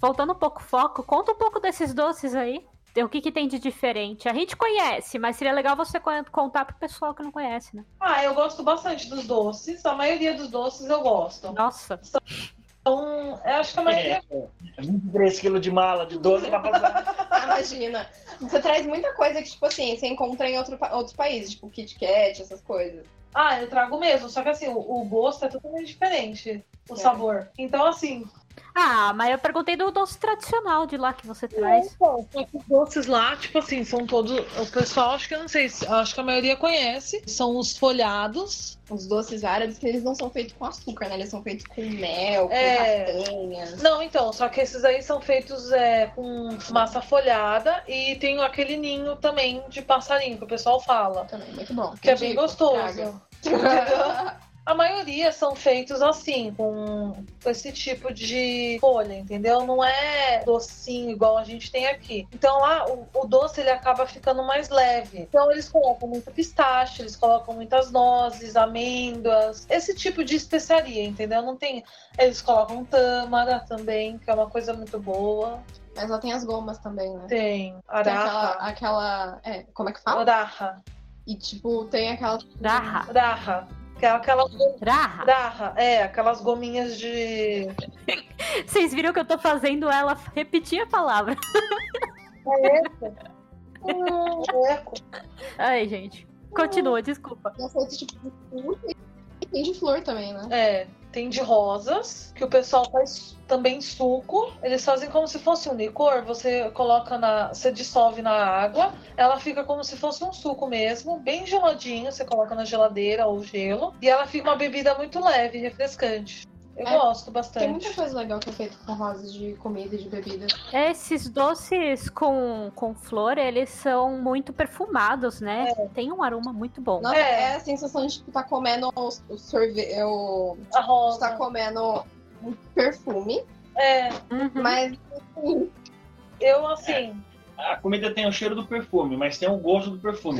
voltando um pouco o foco, conta um pouco desses doces aí. O que, que tem de diferente? A gente conhece, mas seria legal você con- contar pro pessoal que não conhece, né?
Ah, eu gosto bastante dos doces. A maioria dos doces eu gosto.
Nossa.
Então, eu acho que a maioria.
É, 23 quilos de mala, de doce pra passar.
Ah, Imagina. Você traz muita coisa que, tipo assim, você encontra em outro pa- outros países, tipo Kit Kat, essas coisas.
Ah, eu trago mesmo. Só que assim, o, o gosto é totalmente diferente. O
É.
sabor. Então, assim,
Ah, mas eu perguntei do doce tradicional de lá que você traz.
Então, só que os doces lá, tipo assim, são todos. O pessoal, acho que eu não sei, se- acho que a maioria conhece. São os folhados.
Os doces árabes, que eles não são feitos com açúcar, né? Eles são feitos com mel, com
É.
castanha.
Não, então, só que esses aí são feitos é, com massa folhada e tem aquele ninho também de passarinho que o pessoal fala.
Também, muito bom.
Que é bem
Indico, traga.
gostoso. A maioria são feitos assim, com esse tipo de folha, entendeu? Não é docinho igual a gente tem aqui. Então lá o, o doce ele acaba ficando mais leve. Então eles colocam muito pistache, eles colocam muitas nozes, amêndoas, esse tipo de especiaria, entendeu? Não tem. Eles colocam tâmara também, que é uma coisa muito boa.
Mas ela tem as gomas também, né?
Tem
Tem aquela,
araha.
aquela. É, como é que fala?
Oraha.
E tipo, tem aquela.
Raha.
Oraha. Que é aquela.
Raha.
Raha, é, aquelas gominhas de.
Vocês viram que eu tô fazendo ela repetir a palavra.
É eco? Hum, é eco.
Ai, gente. Continua, desculpa.
Ela foi tipo de fruta e tem de flor também, né?
É, tem de rosas, que o pessoal faz também suco. Eles fazem como se fosse um licor, você coloca na. Você dissolve na água, ela fica como se fosse um suco mesmo, bem geladinho, você coloca na geladeira ou gelo. E ela fica uma bebida muito leve, refrescante. Eu
É,
gosto
Tem
bastante.
muita coisa legal que é feita com rosas de comida e de bebida.
Esses doces com, com flor, eles são muito perfumados, né? Tem um aroma muito bom.
Nossa,
É.
é, a sensação de tipo, tá comendo o, o sorvete. O,
A
tá
rosa.
comendo um perfume,
É,
Uhum.
mas assim,
eu assim.
A comida tem o cheiro do perfume, mas tem o gosto do perfume.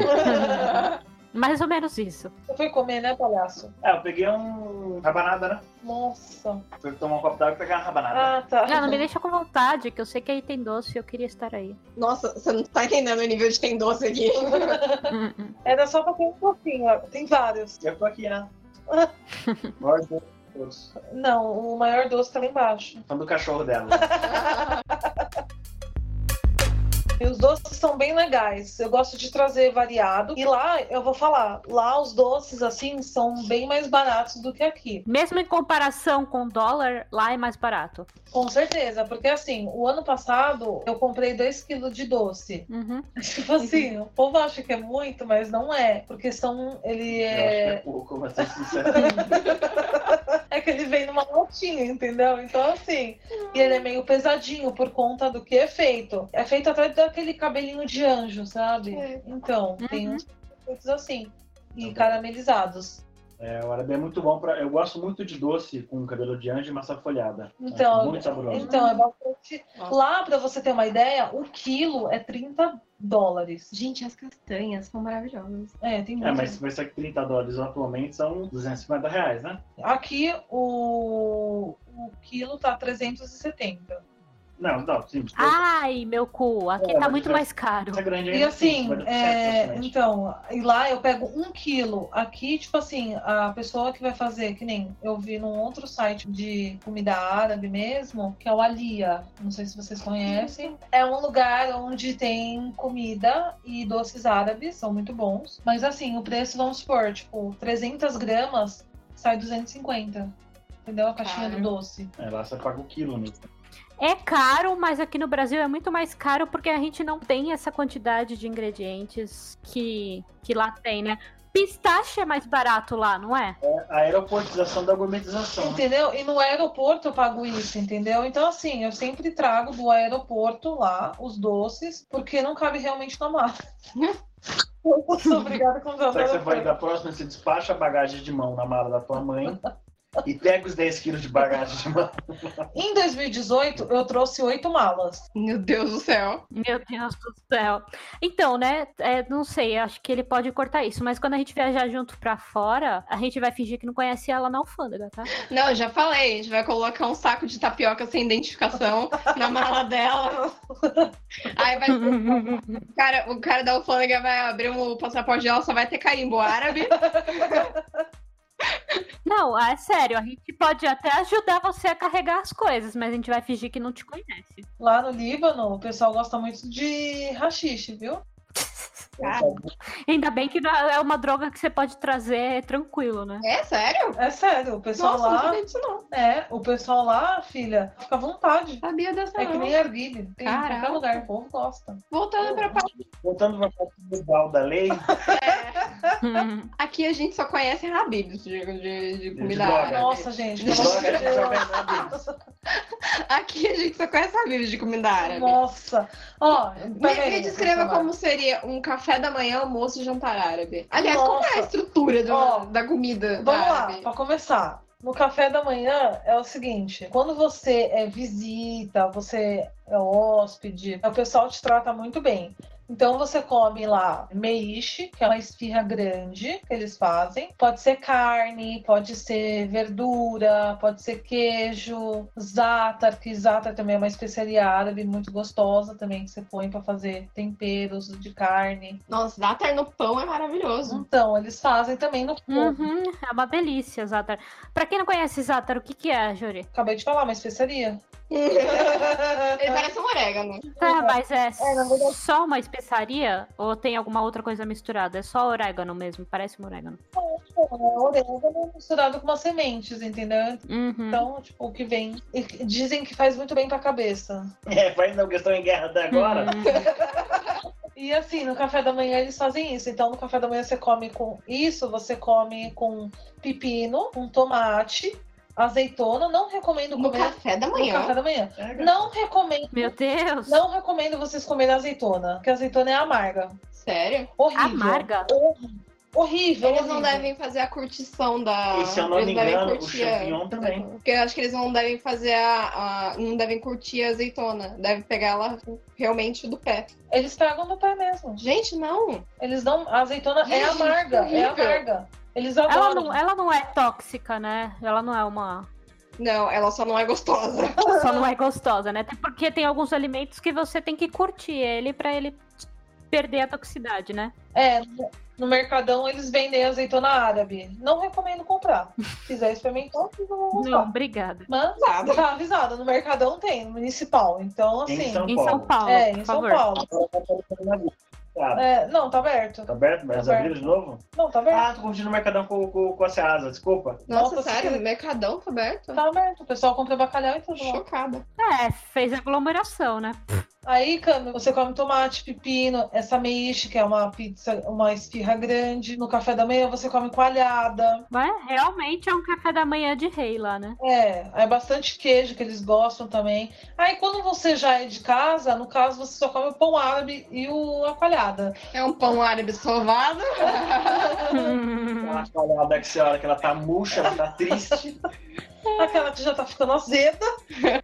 Mais ou menos isso.
Você foi comer, né, palhaço?
É, eu peguei um rabanada, né?
Nossa.
Fui tomar um copo d'água e pegar uma rabanada.
Ah, tá.
Não, não me deixa com vontade, que eu sei que aí tem doce e eu queria estar aí.
nossa, você não tá entendendo o nível de tem doce aqui.
Uhum.
Era só pra ter um pouquinho, ó. tem vários.
Eu tô aqui, né?
Ah.
Maior doce de todos.
Não, o maior doce tá lá embaixo.
São do cachorro dela.
E os doces são bem legais. Eu gosto de trazer variado. E lá, eu vou falar, lá os doces, assim, são bem mais baratos do que aqui.
Mesmo em comparação com dólar, lá é mais barato.
Com certeza, porque assim, o ano passado eu comprei 2 quilos de doce.
Uhum.
Tipo assim, o povo acha que é muito, mas não é. Porque são. Ele
Eu acho que é
é.
pouco, mas é sincero.
É que ele vem numa latinha, entendeu? Então, assim. E ele é meio pesadinho por conta do que é feito. É feito até daquele cabelinho de anjo, sabe?
É.
Então, tem
Uhum.
uns feitos assim. E caramelizados.
É, o arabê é muito bom pra. Eu gosto muito de doce com cabelo de anjo e massa folhada.
Então,
Acho muito saboroso.
Então, é bastante. Lá, pra você ter uma ideia, o quilo é 30 dólares.
Gente, as castanhas são maravilhosas.
É, tem
É,
muito.
mas se pensar que 30 dólares atualmente são 250 reais, né?
Aqui o... o quilo tá 370.
Não, não, sim. tipo,
Ai, meu cu, aqui
É,
tá
mas
muito
já-
mais caro.
essa grande
Ah, E
é difícil,
assim,
mas dá
é,
certo, bastante.
então, e lá eu pego um quilo. Aqui, tipo assim, a pessoa que vai fazer, que nem eu vi num outro site de comida árabe mesmo, que é o Alia. Não sei se vocês conhecem. É um lugar onde tem comida e doces árabes, são muito bons. Mas assim, o preço, vamos supor, tipo, 300 gramas sai 250. Entendeu? A caixinha
Caro.
do doce.
É, lá você paga o quilo, né?
É caro, mas aqui no Brasil é muito mais caro porque a gente não tem essa quantidade de ingredientes que, que lá tem, né? Pistache é mais barato lá, não é?
A aeroportização da gourmetização. né?
Entendeu? E no aeroporto eu pago isso, entendeu? Então, assim, eu sempre trago do aeroporto lá os doces, porque não cabe realmente na mala. Eu sou obrigada a comprar no
Será que você vai
aeroporto.
da próxima, você despacha a bagagem de mão na mala da tua mãe e pega os 10 quilos de bagagem de mão.
Em 2018, eu trouxe oito malas.
Meu Deus do céu.
Meu Deus do céu. Então, né? é, não sei, acho que ele pode cortar isso, mas quando a gente viajar junto pra fora, a gente vai fingir que não conhece ela na alfândega, tá?
Não, eu já falei, a gente vai colocar um saco de tapioca sem identificação na mala dela. Aí vai ser
Uhum.
O cara, o cara da alfândega vai abrir o passaporte dela, só vai ter carimbo árabe.
Não, é sério, a gente pode até ajudar você a carregar as coisas, mas a gente vai fingir que não te conhece.
Lá no Líbano, o pessoal gosta muito de rachixe, viu?
Ainda bem que não é uma droga que você pode trazer tranquilo, né?
É sério?
É sério, o pessoal
Nossa, não
lá.
sabia disso não.
É, o pessoal lá, filha, fica à vontade.
Sabia dessa
É que
não.
nem É. arguile. Tem em qualquer
Caraca.
lugar, o povo gosta.
Voltando pra parte.
Voltando para a parte global da lei,
é,
Hum.
aqui a gente só conhece Habibs de, de, de comida
droga.
árabe.
Nossa, gente, pelo amor de
droga
Deus.
jovem Nobis.
Aqui a gente só conhece Habibs de comida árabe.
Nossa! Ó, tá
Me,
peraí,
me descreva
pessoal.
como seria um café da manhã, almoço e jantar árabe. Aliás, qual é a
Nossa.
estrutura do-
Ó,
da comida da
Vamos lá,
árabe?
pra começar. No café da manhã é o seguinte: quando você é visita, você é hóspede, é o pessoal te trata muito bem. Então você come lá meixe, que é uma esfirra grande que eles fazem. Pode ser carne, pode ser verdura, pode ser queijo, zatar, que zatar também é uma especiaria árabe muito gostosa também que você põe pra fazer temperos de carne.
Nossa, zatar no pão é maravilhoso.
Então, eles fazem também no forno.
Uhum, é uma delícia, Zatar. Pra quem não conhece Zatar, o que, que é, Jori?
Acabei de falar, uma especiaria. É,
Ele parece um orégano.
Tá, mas é
na verdade-
só uma especiaria ou tem alguma outra coisa misturada? É só orégano mesmo, parece um orégano.
orégano misturado com umas sementes, entendeu?
Uhum.
Então, tipo, o que vem. E que- dizem que faz muito bem pra cabeça.
É, faz não, que estão em guerra até agora.
Uhum.
E assim, no café da manhã eles fazem isso. Então, no café da manhã você come com isso, você come com pepino, com tomate, azeitona. Não recomendo
No
comer
café da
no
manhã.
café da manhã.
É, cara.
Não recomendo.
Meu Deus!
Não recomendo vocês comerem azeitona, porque azeitona é amarga.
Sério?
é Horrível.
Amarga?
Horrível.
Eles não
horrível.
devem fazer a curtição da.
E Então, assim, se eu não
eles
me
devem
engano, o
curtir a- É,
champignon também.
Porque eu acho que eles não devem fazer a, a- Não devem curtir a azeitona. Devem pegar ela realmente do pé.
Eles pegam no pé mesmo.
Gente, não!
Eles não. A azeitona é
Gente,
amarga.
que
É
horrível.
amarga. Eles
Ela
adoram.
não, ela não é tóxica, né? Ela não é uma.
Não, ela só não é gostosa.
Só não é gostosa, né? Até porque tem alguns alimentos que você tem que curtir ele pra ele perder a toxicidade, né?
É, no- no Mercadão eles vendem azeitona árabe. Não recomendo comprar. Se quiser experimentar, vocês não vão
Não,
gostar.
obrigada.
Mas
Nada.
tá avisado, no Mercadão tem, no municipal. Então,
Em
assim.
São
Em São
Paulo.
Paulo,
é,
por
em São
favor.
Paulo.
Agora tá pelo coronavírus. Tá,
É, não, tá aberto.
tá aberto? Mas
Tá
abriu de novo?
Não, tá aberto.
Ah, tô confundindo o mercadão com, com, com a Seasa, desculpa.
Nossa,
Nossa,
sério,
que-
mercadão tá aberto?
Tá aberto. O pessoal compra bacalhau e tudo lá.
Chocada.
É, fez aglomeração, né?
Aí, Cami, você come tomate, pepino, essa meixe, que é uma pizza, uma esfirra grande. No café da manhã você come coalhada.
Mas realmente é um café da manhã de rei lá, né?
É, é bastante queijo que eles gostam também. Aí quando você já é de casa, no caso você só come o pão árabe e o a coalhada.
É um pão árabe sovado. Uhum.
Aquela falada que você olha que ela tá murcha, ela tá triste.
É.
Aquela que já tá ficando azeda.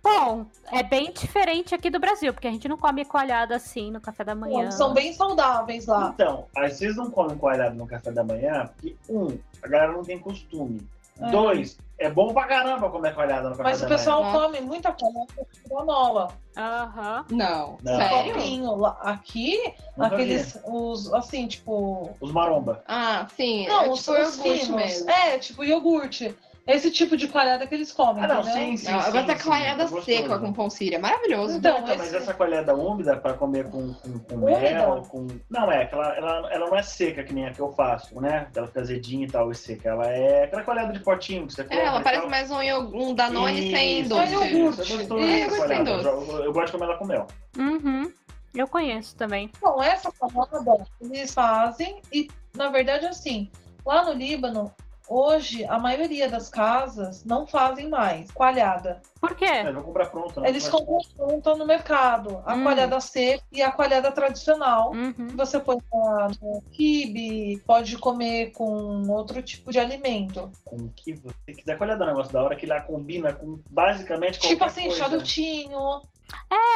Bom, é bem diferente aqui do Brasil, porque a gente não come coalhada assim no café da manhã.
São bem saudáveis lá.
Então, aí vocês não comem coalhado no café da manhã, porque, um, a galera não tem costume.
É.
Dois, é bom pra caramba comer coalhada no café
Mas
da
o
manhã.
pessoal
né?
come muita palavra granola.
Aham.
Não.
Não.
Sério?
Copinho. lá- Aqui,
Nunca vi.
aqueles. Os, assim, tipo.
Os maromba.
Ah, sim.
Não,
é
os,
tipo
os
iogurte
finos.
mesmo.
É, tipo iogurte. Esse tipo de coalhada que eles comem,
Ah, não,
entendeu?
sim, sim.
Não, eu
sim,
gosto da
sim,
coalhada
é gostoso.
seca com pão síria. Maravilhoso.
Então,
Então, mas
esse-
essa coalhada úmida é pra comer com, com, com
Úmida?
mel, com. Não, é, aquela, ela, ela não é seca que nem a que eu faço, né? Ela fica azedinha e tal, e seca. Ela é aquela coalhada de potinho que você compra.
é, ela
e
parece
tal.
mais um, iog- um Danone
Isso,
sem
isso,
doce.
Só iogurte.
isso, é gostoso
É,
essa
iogurte sem
coalhada.
doce.
Eu, eu gosto de comer ela com mel.
Uhum. Eu conheço também.
Então, essa salada eles fazem e, na verdade, assim, lá no Líbano, hoje, a maioria das casas não fazem mais coalhada.
Por quê?
Mas vou comprar pronto, né?
É. Eles
Mas-
compram junto no mercado a
Hum.
coalhada seca e a coalhada tradicional. que
Uhum.
Você põe lá no quibe, pode comer com outro tipo de alimento.
com o que você quiser. Qual é o negócio da hora que lá combina com basicamente qualquer
tipo assim,
coisa.
charutinho.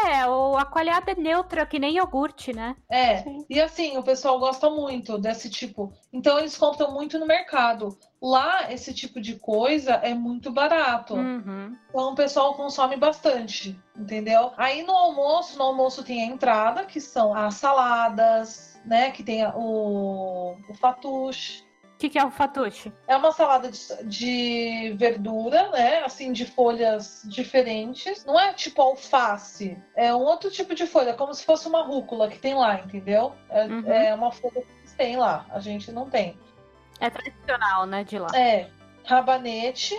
É, ou a coalhada é neutra, que nem iogurte, né?
É.
Sim.
E assim, o pessoal gosta muito desse tipo. Então eles compram muito no mercado. Lá, esse tipo de coisa é muito barato.
Uhum.
Então o pessoal consome bastante, entendeu? Aí no almoço, no almoço tem a entrada, que são as saladas, né? Que tem a- o, o fatouche.
O que, que é o fatuche?
É uma salada de, de verdura, né? Assim, de folhas diferentes. Não é tipo alface. É um outro tipo de folha, como se fosse uma rúcula que tem lá, entendeu? É,
Uhum.
é uma folha que eles têm lá. A gente não tem.
É tradicional, né, de lá.
É, rabanete,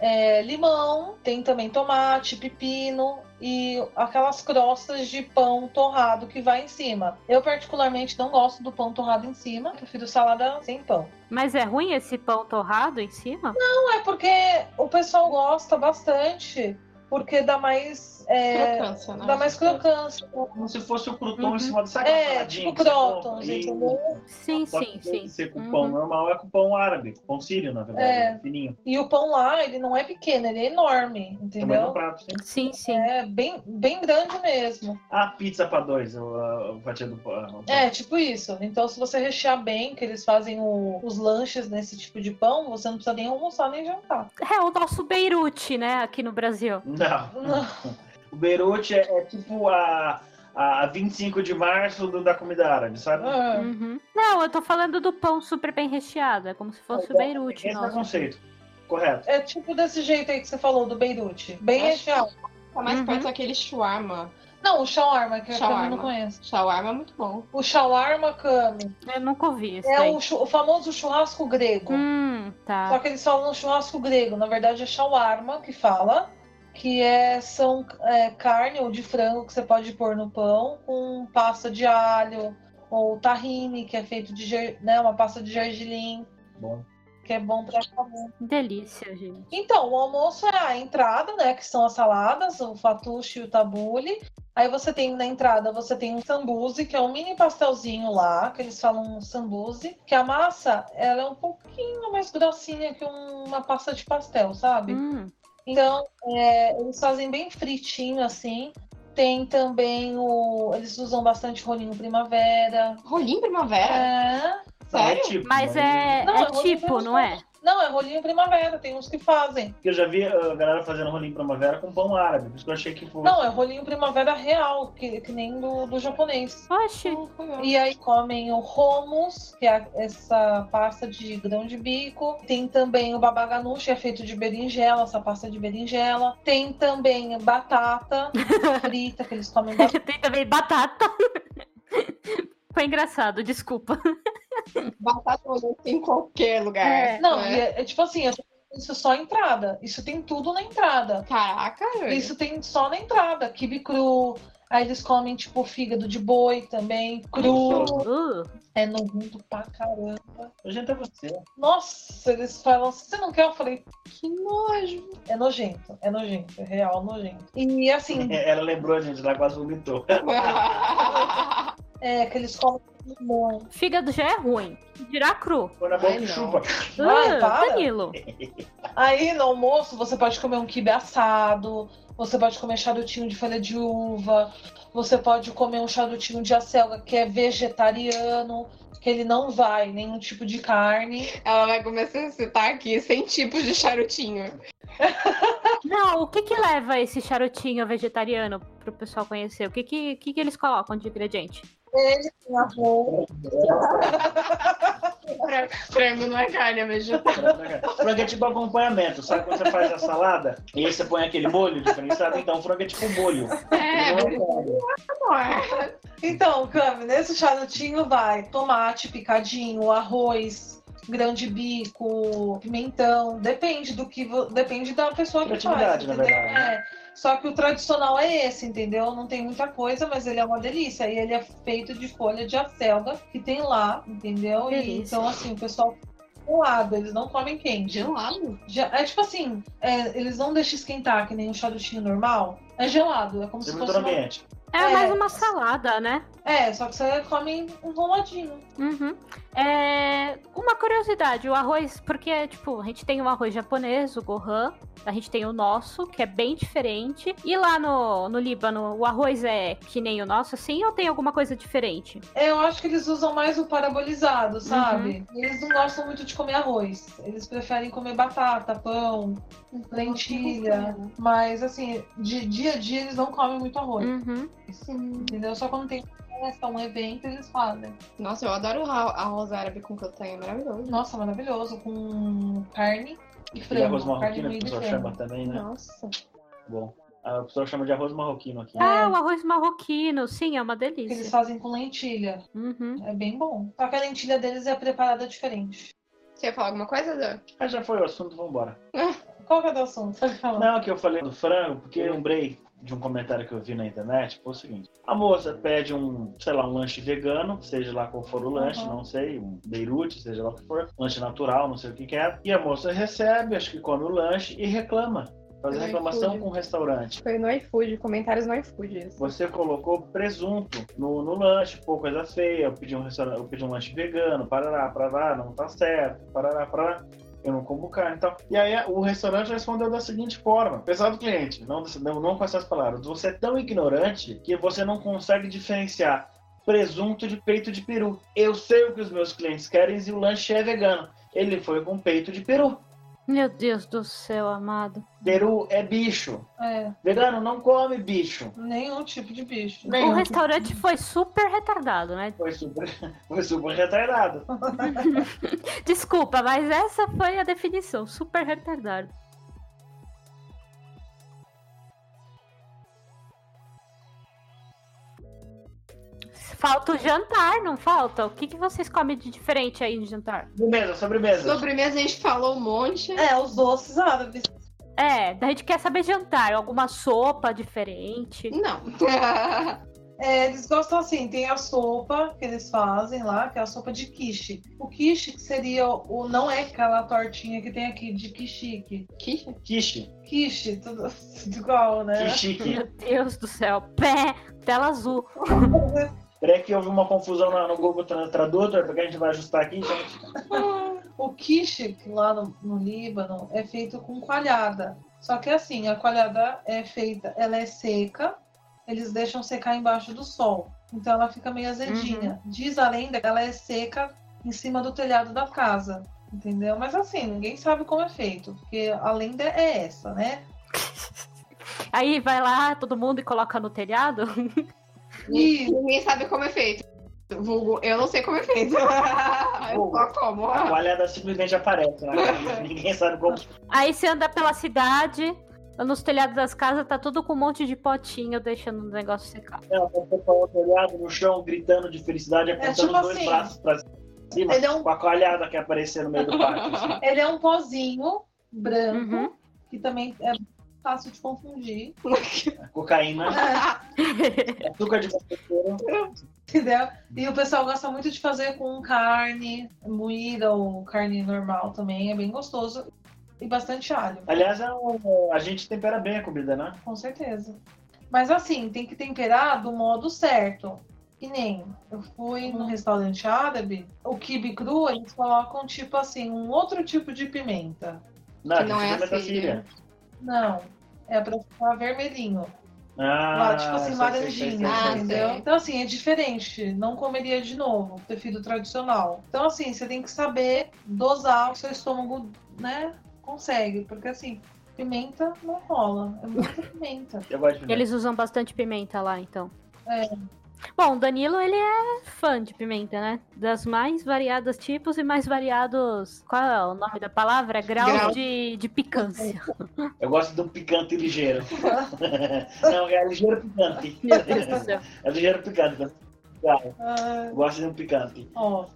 é, limão, tem também tomate, pepino e aquelas crostas de pão torrado que vai em cima. Eu particularmente não gosto do pão torrado em cima, prefiro salada sem pão.
Mas é ruim esse pão torrado em cima?
Não é porque o pessoal gosta bastante, porque dá mais é,
Crocância, né?
dá mais crocância.
Como se fosse o crouton
Uhum.
em cima do saco.
É,
saladinho
tipo
que você
crouton,
compra.
gente,
E-
entendeu?
Sim,
Só que
sim,
em vez
sim.
de ser com
Uhum.
pão normal, é com pão árabe, com sírio, na verdade, né?
É.
fininho.
E o pão lá, ele não é pequeno, ele é
Também
enorme,
no
entendeu?
prato, sim.
Sim, sim.
É bem, bem grande mesmo.
Ah, pizza pra dois, ah, o- a a fatia do pão.
É, tipo isso. Então, se você rechear bem, que eles fazem o- os lanches nesse tipo de pão, você não precisa nem almoçar nem jantar.
É o nosso Beirute, né, aqui no Brasil.
Não.
Não.
O Beirute é, é tipo a, a 25 de março do- da comida árabe, sabe?
Ah,
Uhum. Não, eu tô falando do pão super bem recheado. É como se fosse o Beirute.
Esse é o
Nosso.
conceito. Correto.
É tipo desse jeito aí que você falou, do Beirute. Bem
Acho-
recheado.
Tá mais
Uhum.
perto daquele shawarma.
Não, o shawarma, que eu
Shawarma.
não conheço.
Shawarma é muito bom.
O shawarma kami.
Eu nunca ouvi isso.
É o, chu- o famoso churrasco grego.
Hum,
Só
tá.
que eles falam um churrasco grego. Na verdade, é shawarma que fala. Que é, são é, carne ou de frango que você pode pôr no pão com pasta de alho ou tahine, que é feito de ger- né, uma pasta de gergelim,
Bom.
que é bom pra comer.
Delícia, gente.
Então, o almoço é a entrada, né? Que são as saladas, o fatuche e o tabule. Aí você tem na entrada, você tem um sambuzi, que é um mini pastelzinho lá, que eles falam um sambuzi, que a massa ela é um pouquinho mais grossinha que um- uma pasta de pastel, sabe?
Hum.
Então, é, eles fazem bem fritinho assim. Tem também o. Eles usam bastante rolinho primavera.
Rolinho primavera?
É.
Não, é
Sério?
tipo,
Mas é,
Não, eu
é
vou
tipo,
ver
não é?
Não, é rolinho primavera, tem uns que fazem.
Porque eu já vi uh, a galera fazendo rolinho primavera com pão árabe, por isso que eu achei que fosse.
Não, é rolinho primavera real, que, que nem do, do japonês.
Oxe.
E aí comem o homus, que é essa pasta de grão de bico. Tem também o babaganush, que é feito de berinjela, essa pasta de berinjela. Tem também batata frita, que eles comem bastante.
Tem também batata. Foi engraçado, desculpa.
Batata rolando em qualquer lugar.
É.
Não,
né?
e é, é tipo assim, eu tô falando isso só é entrada. Isso tem tudo na entrada.
Caraca,
Isso tem só na entrada. Kibe cru. Aí eles comem, tipo, fígado de boi também, cru.
Uh,
É nojento pra caramba.
Gente, é você.
Nossa, eles falam, você não quer? Eu falei,
que nojo.
é nojento, é nojento, é real nojento. E assim,
Ela lembrou, gente, ela quase vomitou.
é que eles comem limão.
fígado já é ruim. Dirá cru.
Foi na boca
Ai,
e
não.
chupa.
Vai,
Uh,
para.
Danilo.
Aí no almoço você pode comer um quibe assado, você pode comer charutinho de folha de uva, você pode comer um charutinho de acelga que é vegetariano, que que ele não vai, nenhum tipo de carne.
Ela vai começar a citar aqui 100 tipos de charutinho.
Não, o que que leva esse charutinho vegetariano pro pessoal conhecer? O que que, que, que eles colocam de ingrediente?
Ele tem arroz.
Fra- Frango não é carne, é vegetal.
Frango é tipo acompanhamento, sabe quando você faz a salada e aí você põe aquele molho diferenciado? Então, frango é tipo molho.
É, não é.
Então, Cami, nesse charutinho vai tomate picadinho, arroz, grão de bico, pimentão. Depende do que. vo- Depende da pessoa que faz.
Criatividade, na
Entendeu?
verdade, né?
É. Só que o tradicional é esse, entendeu? Não tem muita coisa, mas ele é uma delícia. E ele é feito de folha de acelga que tem lá, entendeu? E,
Delícia.
então, assim, o pessoal gelado, eles não comem quente.
Gelado?
Já- é tipo assim, é, eles não deixam esquentar que nem um charutinho normal. É gelado, é como se
Servidor
fosse uma...
ambiente.
É,
É.
mais uma salada, né?
É, só que você come um enroladinho.
Uhum. É, uma curiosidade, o arroz, porque, tipo, a gente tem o arroz japonês, o Gohan, a gente tem o nosso, que é bem diferente. E lá no, no Líbano, o arroz é que nem o nosso, assim, ou tem alguma coisa diferente?
É, Eu acho que eles usam mais o parabolizado, sabe? Eles não gostam muito de comer arroz. Eles preferem comer batata, pão, lentilha. Mas, assim, de dia a dia eles não comem muito arroz.
Uhum.
Entendeu? Só quando tem festa, um evento, eles fazem.
Nossa, eu adoro ra- arroz árabe com castanha, é maravilhoso.
Nossa, maravilhoso. Com carne e
E arroz
frango. Carne
marroquino, que o
moída e
pessoal
frango.
chama também, né?
Nossa.
Bom, a pessoa chama de arroz marroquino aqui.
Ah, o arroz marroquino, sim, é uma
Que eles
delícia.
fazem com lentilha.
Uhum.
É bem bom. Só que a lentilha deles é preparada diferente.
Você ia falar alguma coisa, Dan?
Mas já foi o assunto, vambora.
Qual que é o assunto? Pode falar.
Não, que eu falei do frango, porque eu lembrei de um comentário que eu vi na internet, foi o seguinte. A moça pede um, sei lá, um lanche vegano, seja lá qual for o lanche,
Uhum.
não sei, um beirute, seja lá o que for, lanche natural, não sei o que que é. E a moça recebe, acho que come o lanche e reclama. Faz
Ai,
reclamação
fui.
com o restaurante.
Foi no iFood, comentários no iFood. isso.
Você colocou presunto no, no lanche, pô, coisa feia. Eu pedi um restaurante, eu pedi um lanche vegano, parará, parará, não tá certo, parará, parará. Eu não como carne e tal. E aí o restaurante respondeu da seguinte forma: apesar do cliente, não, não, não com essas palavras, você é tão ignorante que você não consegue diferenciar presunto de peito de peru. Eu sei o que os meus clientes querem e o lanche é vegano. Ele foi com peito de peru.
Meu Deus do céu, amado.
Peru é bicho.
É,
Vegano não come bicho.
nenhum tipo de bicho.
O
Nenhum.
restaurante foi super retardado, né?
Foi super, foi super retardado.
Desculpa, mas essa foi a definição, super retardado. Falta o jantar, não falta? O que, que vocês comem de diferente aí no jantar?
Sobremesa, sobremesa.
Sobremesa a gente falou um monte.
É, os doces árabes.
É, a gente quer saber jantar, alguma sopa diferente.
Não.
É, eles gostam assim, tem a sopa que eles fazem lá, que é a sopa de quiche. O quiche que seria o não é aquela tortinha que tem aqui de quichique.
que
Quiche.
Quiche, tudo, tudo igual, né?
Que chique.
Meu Deus do céu, pé, tela azul.
Peraí que houve uma confusão lá no Google Tra- Tradutor, porque a gente vai ajustar aqui, então gente.
O quiche que lá no, no Líbano é feito com coalhada. Só que assim, a coalhada é feita, ela é seca, eles deixam secar embaixo do sol. Então ela fica meio azedinha. Diz a lenda que ela é seca em cima do telhado da casa. Entendeu? Mas assim, ninguém sabe como é feito, porque a lenda é essa, né?
Aí vai lá todo mundo e coloca no telhado.
E
Ninguém sabe como é feito. Vulgo, eu não sei como é feito. eu só como.
A coalhada simplesmente aparece. Né? Ninguém sabe como.
Aí você anda pela cidade, nos telhados das casas, tá tudo com um monte de potinho, deixando o negócio secar.
Ela com o telhado no chão, gritando de felicidade, apontando
tipo
os dois
assim,
braços pra cima,
ele é um-
com a coalhada que aparecia no meio do pátio. assim.
ele é um pozinho branco,
Uhum.
que também é fácil de confundir.
né? Cocaína,
É.
É açúcar de cafeteiro.
Entendeu? E o pessoal gosta muito de fazer com carne moída ou carne normal também, é bem gostoso. E bastante alho,
Aliás, é um- a gente tempera bem a comida, né?
com certeza. Mas assim, tem que temperar do modo certo. E nem eu fui num restaurante árabe, o quibe cru eles colocam tipo assim, um outro tipo de pimenta.
Não,
Que não
a
é
gente
né?
experimenta
assim,
síria.
né?
Não, é pra ficar vermelhinho.
Ah,
Lá, tipo assim,
sei, sei, sei,
laranjinha,
sei, sei,
entendeu?
sei.
Então, assim, é diferente. Não comeria de novo, prefiro o tradicional. Então, assim, você tem que saber dosar o seu estômago, né? Consegue, porque assim, pimenta não rola. É muita pimenta.
sei. Eu gosto de
E
pimenta.
eles usam bastante pimenta lá, então.
É.
Bom, o Danilo, ele é fã de pimenta, né? Das mais variadas tipos e mais variados. Qual é o nome da palavra? Grau,
Grau.
De, de picância.
Eu gosto do picante ligeiro. Não, é ligeiro picante.
Meu Deus do céu.
É ligeiro picante. mas- Claro,
Ah,
eu gosto de um picante.
ó,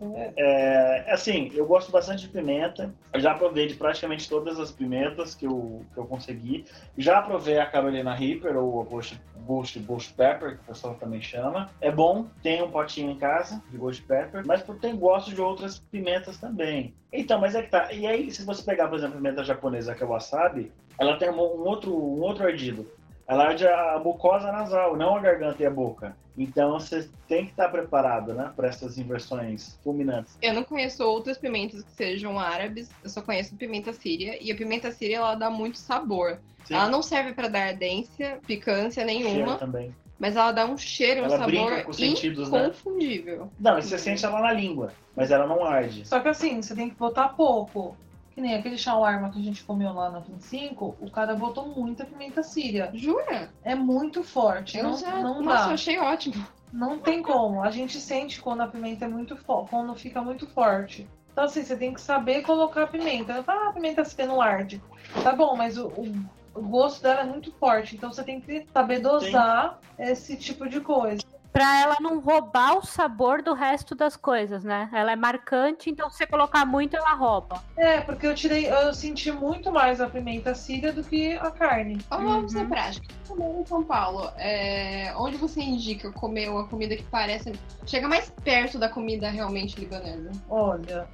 É, assim, eu gosto bastante de pimenta. Eu já provei de praticamente todas as pimentas que eu, que eu consegui. Já provei a Carolina Reaper, ou a Ghost, Ghost, Ghost Pepper, que o pessoal também chama. É bom, tem um potinho em casa de Ghost Pepper, mas eu tenho gosto de outras pimentas também. Então, mas é que tá. E aí, se você pegar, por exemplo, a pimenta japonesa, que é o wasabi, ela tem um um outro, um outro ardido. Ela arde a mucosa nasal, não a garganta e a boca. Então você tem que estar preparado, né, para essas inversões fulminantes.
Eu não conheço outras pimentas que sejam árabes, eu só conheço pimenta síria. E a pimenta síria, ela dá muito sabor.
Sim.
Ela não serve pra dar ardência, picância
Cheiro
nenhuma,
também.
mas ela dá um cheiro, um
Ela brinca
sabor
com os sentidos, né?
inconfundível.
Não, e você sente ela na língua, mas ela não arde.
Só que assim, você tem que botar pouco. Que nem aquele shawarma que a gente comeu lá na 25, o cara botou muita pimenta síria.
Jura?
É muito forte.
Eu
não,
já.
não
nossa, eu
dá.
achei ótimo.
Não tem como. A gente sente quando a pimenta é muito forte, quando fica muito forte. Então, assim, você tem que saber colocar a pimenta. Ela fala, Ah, a pimenta fica no arde. Tá bom, mas o, o- o gosto dela é muito forte. Então, você tem que saber dosar esse tipo de coisa.
Pra ela não roubar o sabor do resto das coisas, né? Ela é marcante, então se você colocar muito, ela rouba.
É, porque eu tirei, eu senti muito mais a pimenta síria do que a carne.
Ó, Vamos na prática. Comendo Tá em São Paulo, é, onde você indica comer uma comida que parece. Chega mais perto da comida realmente libanesa?
Olha.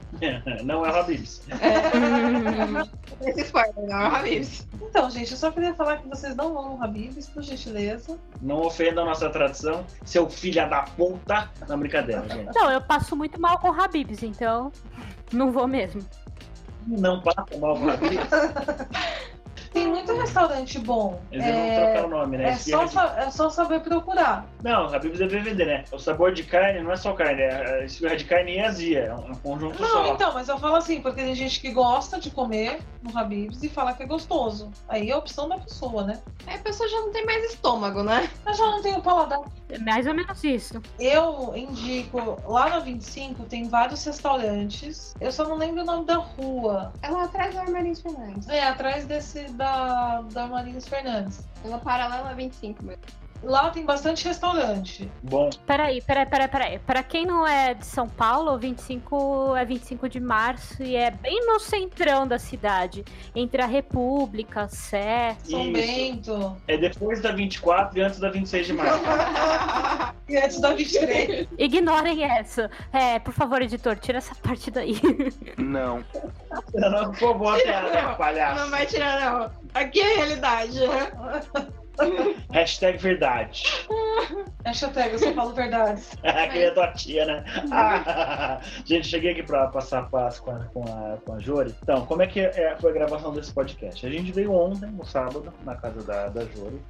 não é Habibs.
Esse spoiler, né? não, Habibs.
Então, gente, eu só queria falar que vocês não vão no Habibs, por gentileza.
Não ofenda a nossa tradição, seu filha da puta. Não, brincadeira, gente.
Não, eu passo muito mal com Habibs, então não vou mesmo.
Não passa mal com Habibs.
Tem muito restaurante bom.
Eles vão
É,
trocar o nome, né?
é
Esquerda
só,
de-
sa- é só saber procurar.
Não, Habibs é BVD, né? O sabor de carne não é só carne, é é esfirra de carne e azia. É um conjunto
Não,
só.
então, mas eu falo assim, porque tem gente que gosta de comer no Habibs e fala que é gostoso. Aí é a opção da pessoa, né?
Aí a pessoa já não tem mais estômago, né?
Eu já não tenho paladar.
É mais ou menos isso.
Eu indico, lá na 25 tem vários restaurantes. Eu só não lembro o nome da rua.
Ela atrás do Armarinhos Fernandes.
É, atrás desse da, da Marinhos Fernandes.
Ela é paralela 25 mesmo.
Lá tem bastante restaurante.
Bom,
Peraí, peraí, peraí, peraí. Pra quem não é de São Paulo, 25 é 25 de março e é bem no centrão da cidade. Entre a República, Sé.
São
Isso.
Bento.
é depois da 24 e antes da 26 de março.
E antes da 23.
Ignorem essa. É, por favor, editor, tira essa parte daí.
Não.
Eu não vou botar
Não,
palhaço.
Não vai tirar, não. Aqui é a realidade.
Hashtag verdade.
Hashtag, eu só falo verdade.
que é tua tia, né? Ah, gente, cheguei aqui pra passar a Páscoa com a, com a Jori. Então, como é que é- foi a gravação desse podcast? A gente veio ontem, no sábado, na casa da, da Jori,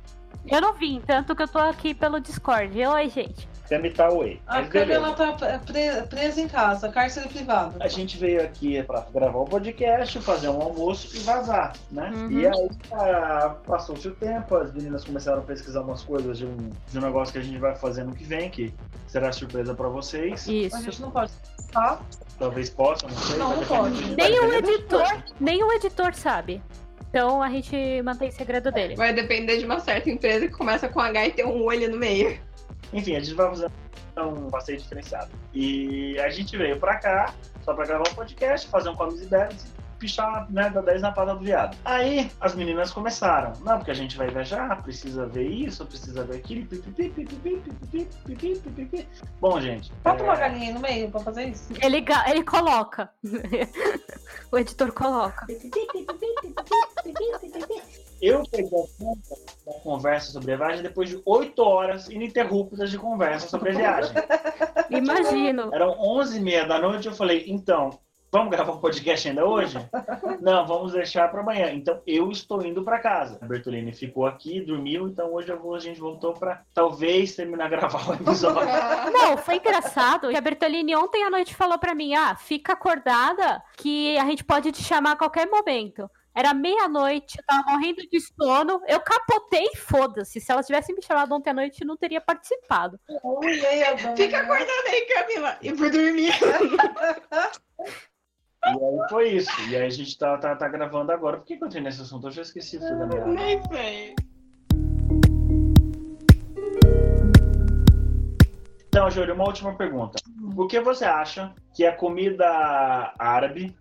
Eu não vim, tanto que eu tô aqui pelo Discord. Oi, gente.
Kamitaue.
A
Mas
câmera
beleza. É
ela tá pre- presa em casa, cárcere privado.
A gente veio aqui pra gravar o podcast, fazer um almoço e vazar, né?
Uhum.
E aí ah, passou-se o tempo, as meninas começaram a pesquisar umas coisas de um, de um negócio que a gente vai fazer no que vem, que será surpresa pra vocês.
A
Isso.
gente não pode. Tá?
Talvez possam, não sei.
Não,
mas
não
é que a
pode.
gente vai
Nem o
ver.
editor, nem o editor sabe. Então a gente mantém segredo dele.
Vai depender de uma certa empresa que começa com H e tem um olho no meio.
Enfim, a gente vai fazer um passeio diferenciado. E a gente veio pra cá, só pra gravar um podcast, fazer um Comics e Bebes e pichar né, da 10 na pata do viado. Aí as meninas começaram. Não, porque a gente vai viajar, precisa ver isso, precisa ver aquilo. pipipi, pipipi, pipipi, pipipi, pipipi. Bom, gente.
Bota Tá uma
é,
galinha aí no meio pra fazer isso.
Ele, ga- ele coloca. o editor coloca.
Eu peguei a conta da conversa sobre a viagem depois de 8 horas ininterruptas de conversa sobre a viagem.
Imagino.
Eram 11 e meia da noite, eu falei, então, Vamos gravar um podcast ainda hoje? Não, vamos deixar para amanhã. Então eu estou indo para casa. A Bertolini ficou aqui, dormiu, então hoje eu vou, a gente voltou para talvez terminar de gravar o episódio.
Não, foi engraçado. que A Bertolini ontem à noite falou pra mim: ah, fica acordada que a gente pode te chamar a qualquer momento. Era meia-noite, eu tava morrendo de sono. Eu capotei, foda-se. Se ela tivesse me chamado ontem à noite, eu não teria participado.
Fica acordada aí, Camila. E por dormir.
E aí foi isso. E aí a gente tá, tá, tá gravando agora. Por que, que eu entrei nesse assunto? Eu já esqueci tudo da minha.
Nem sei.
Então, Júlio, uma última pergunta.
Hum.
Por que você acha que a comida árabe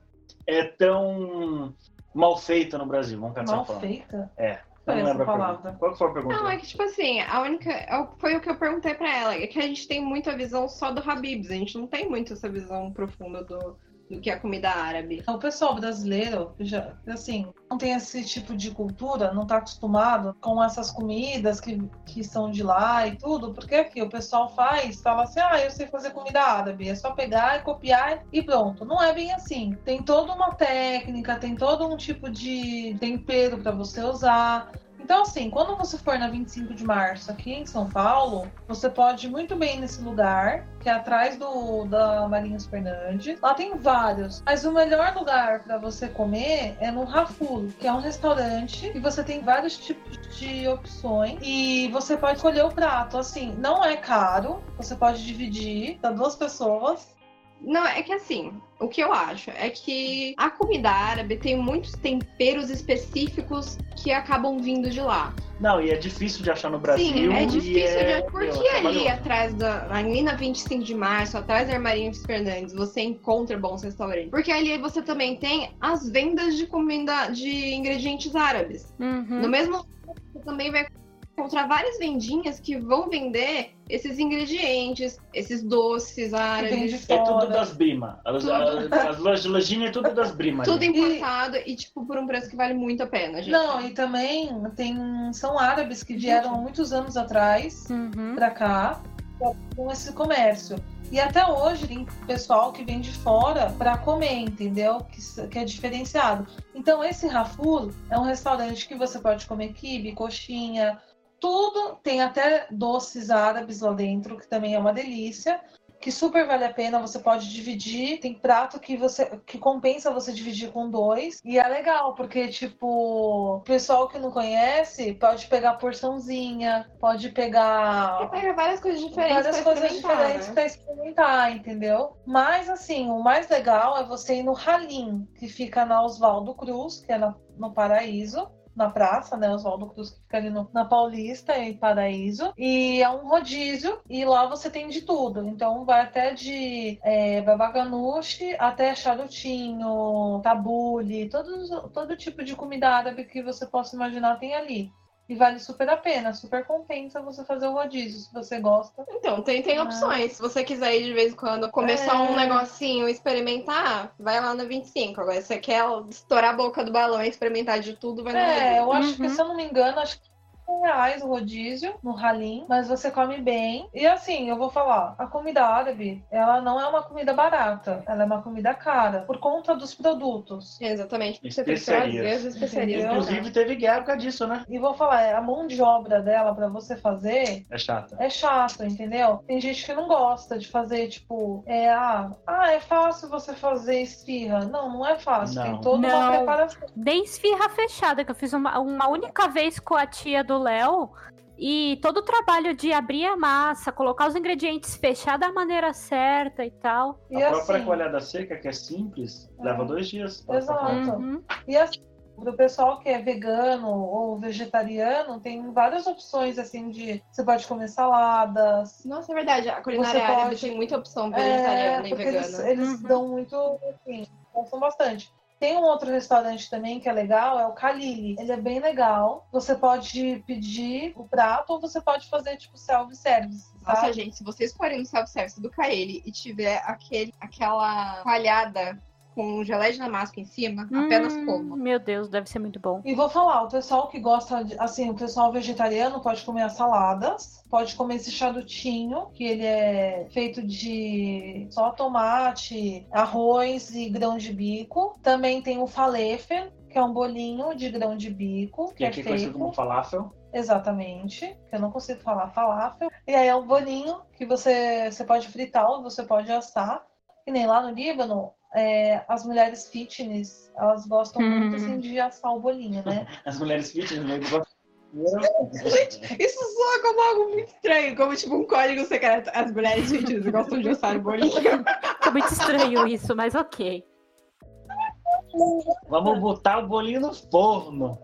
é tão mal feita no Brasil? Vamos pensar
Mal
falando.
feita.
É. Eu
Parece
não lembro a
uma
pergunta.
palavra.
Qual que foi a pergunta?
Não, é que, tipo assim, a única. é o- Foi o que eu perguntei pra ela. É que a gente tem muita visão só do Habibs. A gente não tem muito essa visão profunda do, do que é a comida árabe.
Então, O pessoal brasileiro, que já, assim, não tem esse tipo de cultura, não tá acostumado com essas comidas que, que são de lá e tudo, porque aqui o pessoal faz, fala assim, ah, eu sei fazer comida árabe, é só pegar e copiar e pronto. Não é bem assim. Tem toda uma técnica, tem todo um tipo de tempero para você usar. Então, assim, quando você for na 25 de março aqui em São Paulo, você pode ir muito bem nesse lugar, que é atrás do da Marinhos Fernandes. Lá tem vários, mas o melhor lugar para você comer é no Rafulo, que é um restaurante e você tem vários tipos de opções e você pode escolher o prato. Assim, não é caro, você pode dividir para duas pessoas.
Não, é que assim, o que eu acho é que a comida árabe tem muitos temperos específicos que acabam vindo de lá.
Não, e é difícil de achar no Brasil.
Sim, é
e
difícil
é-
de. Porque ali
é trabalhoso.
atrás da. Ali na 25 de março, atrás da Armarinha Fernandes, você encontra bons restaurantes. Porque ali você também tem as vendas de comida de ingredientes árabes. No
Uhum.
mesmo lugar, você também vai encontrar várias vendinhas que vão vender esses ingredientes, esses doces
que vem de
árabes.
É
fora.
tudo das Brima. As,
Tudo.
as, as lojas- lojinhas é tudo das Brima.
Tudo
ali.
importado e, tipo, por um preço que vale muito a pena, gente.
Não, e também tem são árabes que vieram há muitos anos atrás
Uhum.
pra cá com esse comércio. E até hoje tem pessoal que vem de fora pra comer, entendeu? Que, s- que é diferenciado. Então esse Rafur é um restaurante que você pode comer quibe, coxinha, tudo. Tem até doces árabes lá dentro, que também é uma delícia. Que super vale a pena, você pode dividir. Tem prato que você que compensa você dividir com dois. E é legal, porque, tipo, o pessoal que não conhece pode pegar porçãozinha, pode pegar
Você pega várias coisas diferentes.
várias
pra
coisas
experimentar,
diferentes
né?
para experimentar, entendeu? Mas assim, o mais legal é você ir no Halim, que fica na Oswaldo Cruz, que é na- no Paraíso. Na praça, né? Oswaldo Cruz, que fica ali no- na Paulista, em Paraíso. E é um rodízio, e lá você tem de tudo. Então, vai até de é, babaganuche até charutinho, tabule, todos, todo tipo de comida árabe que você possa imaginar tem ali. E vale super a pena, super compensa você fazer o rodízio se você gosta.
Então, tem, tem
Ah.
opções. Se você quiser ir de vez em quando começar
É.
um negocinho e experimentar, vai lá na 25. Agora, se você quer estourar a boca do balão e experimentar de tudo, vai na
É,
25.
eu acho que,
Uhum.
se eu não me engano, acho que R$ 15 reais o rodízio no Halim, mas você come bem. E assim, eu vou falar, a comida árabe, ela não é uma comida barata, ela é uma comida cara, por conta dos produtos.
Exatamente, porque você tem que trazer
Especiarias.
as especiarias.
Entendeu?
Inclusive teve guerra por causa disso, né?
E vou falar, é, a mão de obra dela pra você fazer
É chata.
é chato, entendeu? Tem gente que não gosta de fazer, tipo, é, ah, ah é fácil você fazer esfirra. Não, não é fácil,
Não.
tem toda uma
Não.
preparação.
Dei esfirra fechada, que eu fiz uma, uma única vez com a tia do Léo. E todo o trabalho de abrir a massa, colocar os ingredientes, fechar da maneira certa e tal.
E
a própria
assim,
coalhada seca, que é simples,
É.
leva dois dias. pra-
Exato.
pra
Hum.
fazer.
Uhum.
E assim, pro pessoal que é vegano ou vegetariano, tem várias opções assim de. Você pode comer saladas.
Nossa, é verdade, a culinária
Você
árabe
pode-
tem muita opção
É,
vegetariana e
porque
vegana.
eles, eles
Uhum.
dão muito, assim, gostam bastante. Tem um outro restaurante também que é legal, é o Kalili. Ele é bem legal. Você pode pedir o prato ou você pode fazer tipo self-service.
Nossa,
sabe?
gente, se vocês forem no self-service do Kaeli e tiver aquele, aquela palhada com um geleia de damasco em cima, apenas
Hum,
como.
Meu Deus, deve ser muito bom.
E vou falar, o pessoal que gosta, de, assim, o pessoal vegetariano pode comer as saladas, pode comer esse charutinho, que ele é feito de só tomate, arroz e grão de bico. Também tem o falefel, que é um bolinho de grão de bico, que
Que
é
aqui é conhecido
feito.
como falafel.
Exatamente, que eu não consigo falar falafel. E aí é um bolinho que você, você pode fritar ou você pode assar. E nem lá no Líbano, é, as mulheres fitness, elas gostam
Hum.
muito assim, de assar o bolinho, né?
As mulheres fitness, né? que gostam-
Isso soa como algo muito estranho, como tipo um código secreto. As mulheres fitness gostam de assar bolinho.
Ficou muito estranho isso, mas ok.
Vamos botar o bolinho no forno.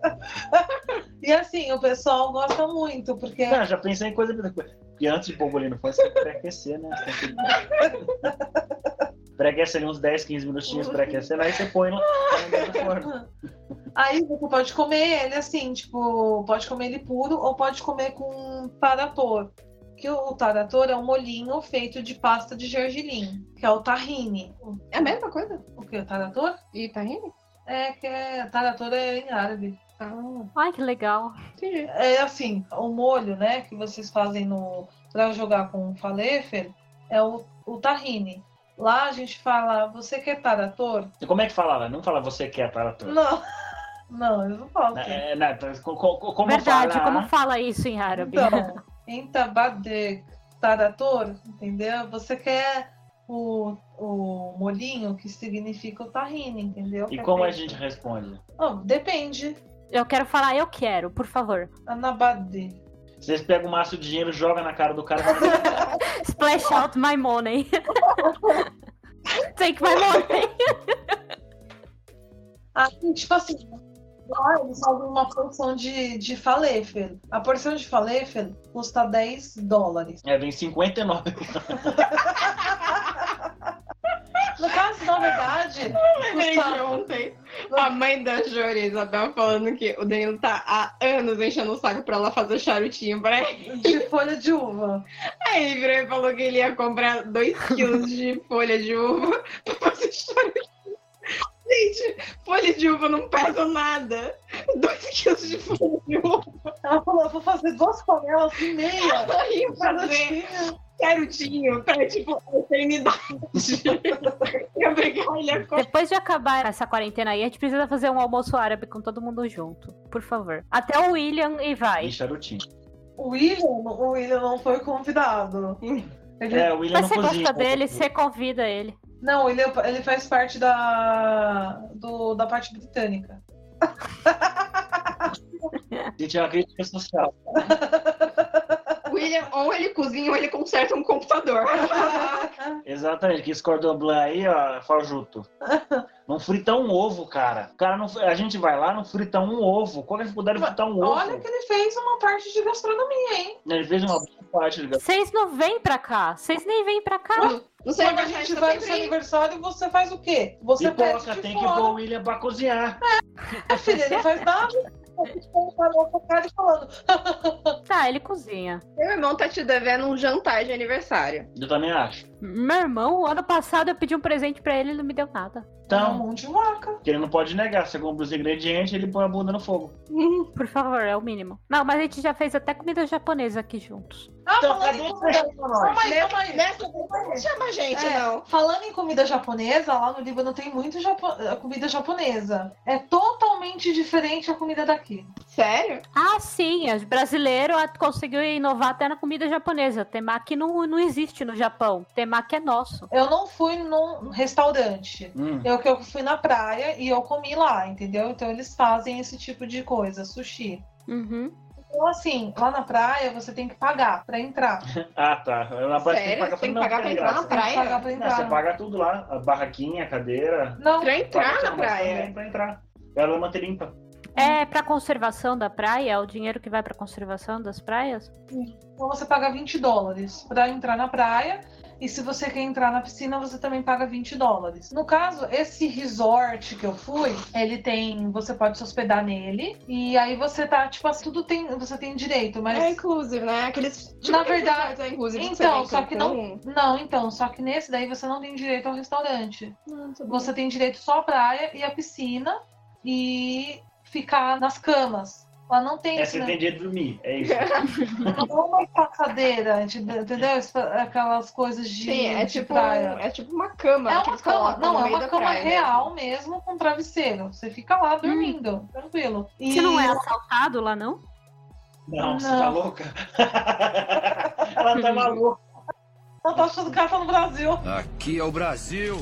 E assim, o pessoal gosta muito, porque
Cara, já pensei em coisa. Porque antes de pôr o bolinho no forno, você tem que pré-aquecer, né? Você tem que- Pré-aquece ali uns 10, 15 minutinhos pré-aquecendo, aí você põe no, põe no forno.
aí você pode comer ele assim, tipo, pode comer ele puro ou pode comer com tarator. Que o tarator é um molhinho feito de pasta de gergelim, que é o tahine. O,
É a mesma coisa?
o que? O tarator?
E tá rindo?
É que é, tarator é em árabe.
Ah,
Ai, que legal.
entendi.
É assim, o molho, né, que vocês fazem no para jogar com o falafel é o, o tahine. Lá a gente fala, você quer tarator?
E como é que falava? Não fala você quer para tudo.
Não. Não, eu não falo. que é.
É, né, co- co- co- como
Verdade,
fala-
como fala isso em árabe?
Então, entabade tarator, entendeu? Você quer o, o molinho que significa o tahine, entendeu?
E como a
é
gente responde?
Não, depende.
Eu quero falar, eu quero, por favor.
Anabade.
Vocês pegam um maço de dinheiro, joga na cara do cara. mas-
Splash out my money. Take my money.
Aí, tipo assim, lá eles fazem uma porção de, de falafel. A porção de falafel custa 10 dólares.
É, vem 59.
No caso, na verdade,
Lembrei
custa-
de É, ontem. A mãe da Júlia, Isabel, falando que o Danilo tá há anos enchendo o saco pra ela fazer charutinho pra ele.
de folha de uva.
Aí ele virou e falou que ele ia comprar 2 quilos de folha de uva pra fazer charutinho. Gente, folha de uva não pesa nada. 2 quilos de folha de uva
Ela falou, eu vou fazer duas panelas e meia.
aí fazer charutinho pra, tipo, a eternidade. E obrigar ele é a comer.
Depois de acabar essa quarentena aí, a gente precisa fazer um almoço árabe com todo mundo junto. Por favor. Até o William e vai.
E charutinho.
O William, o William não foi convidado. Ele-
É, o William
Mas você
não cozinha.
gosta tá dele, você convida ele.
Não, ele, é- ele faz parte da, do- da parte britânica.
Gente, é uma crítica social.
William, ou ele cozinha ou ele conserta um computador.
Exatamente, que esse cordon blanc aí, ó, fajuto. Não frita um ovo, cara. O Cara, não, a gente vai lá, não frita um ovo. Qual é a dificuldade de fritar um ovo?
Olha que ele fez uma parte de gastronomia, hein?
Ele fez uma boa parte, ligado?
Vocês não vêm pra cá. Vocês nem vêm pra cá.
Não sei,
Quando a
mas
gente vai no seu aniversário, você faz o quê? Você
Pipoca,
pede de
tem que pôr
fora.
o William pra cozinhar.
Ah, filha, ele faz nada. Ele tá lá com a cara e falando.
Tá, ele cozinha.
Meu irmão tá te devendo um jantar de aniversário.
Eu também acho.
Meu irmão, ano passado eu pedi um presente pra ele e ele não me deu nada.
É um
Então,
monte de marca.
que ele não pode negar. Você compra os ingredientes, ele põe a bunda no
Tá
fogo.
Por favor, é o mínimo. Não, mas a gente já fez até comida japonesa aqui juntos.
Ah,
Então,
falando em
cadê
comida Calma aí, calma aí.
Nessa não chama a gente,
É,
não.
Falando em comida japonesa, lá no Líbano tem muito japo- eh, comida japonesa. É totalmente diferente a comida daqui.
Sério?
Ah, sim, o brasileiro ah, conseguiu inovar até na comida japonesa. Temaki não, não existe no Japão. Temaki é nosso.
Eu não fui num restaurante.
Hum.
Eu que eu fui na praia e eu comi lá, entendeu? Então eles fazem esse tipo de coisa, sushi.
Uhum.
Então assim, lá na praia você tem que pagar pra entrar.
Ah, tá. Na parte
Sério? Você tem que pagar pra
tem
entrar na
graça.
Tem que
praia?
pagar pra
Não, você
entrar.
paga tudo lá. A barraquinha, a cadeira.
Não,
Pra entrar
Paga
na
tudo, mas
praia.
também Pra entrar. Ela manter limpa.
É pra conservação da praia? É o dinheiro que vai pra conservação das praias?
então você paga 20 dólares pra entrar na praia. E se você quer entrar na piscina, você também paga 20 dólares. No caso, esse resort que eu fui, ele tem. Você pode se hospedar nele. E aí você tá, tipo assim, tudo tem. Você tem direito, mas.
É inclusive, né? Aqueles. tipo
Na
aqueles
verdade-
resorts, É inclusive,
Então,
você
só
vai em
que
Cancún.
não. Não, então, só que nesse daí você não tem direito ao restaurante.
Tá
Você tem direito só à praia e à piscina e ficar nas camas. Lá não tem
É,
isso,
você
né?
tem dia de dormir, é isso.
Não é uma passadeira, ent- entendeu? Espa- Aquelas coisas de,
Sim, é
de
tipo,
praia.
um- é tipo uma cama.
É
que
uma
eles
cama,
colocam
não,
no
é
meio
uma
da
cama
praia né? Hum.
real mesmo. com travesseiro. Você fica lá dormindo, tranquilo. E
Você não é assaltado lá, não?
Não, você
Não.
tá louca? Ela tá maluca.
Não tá achando que ela tá no Brasil.
Aqui é o Brasil.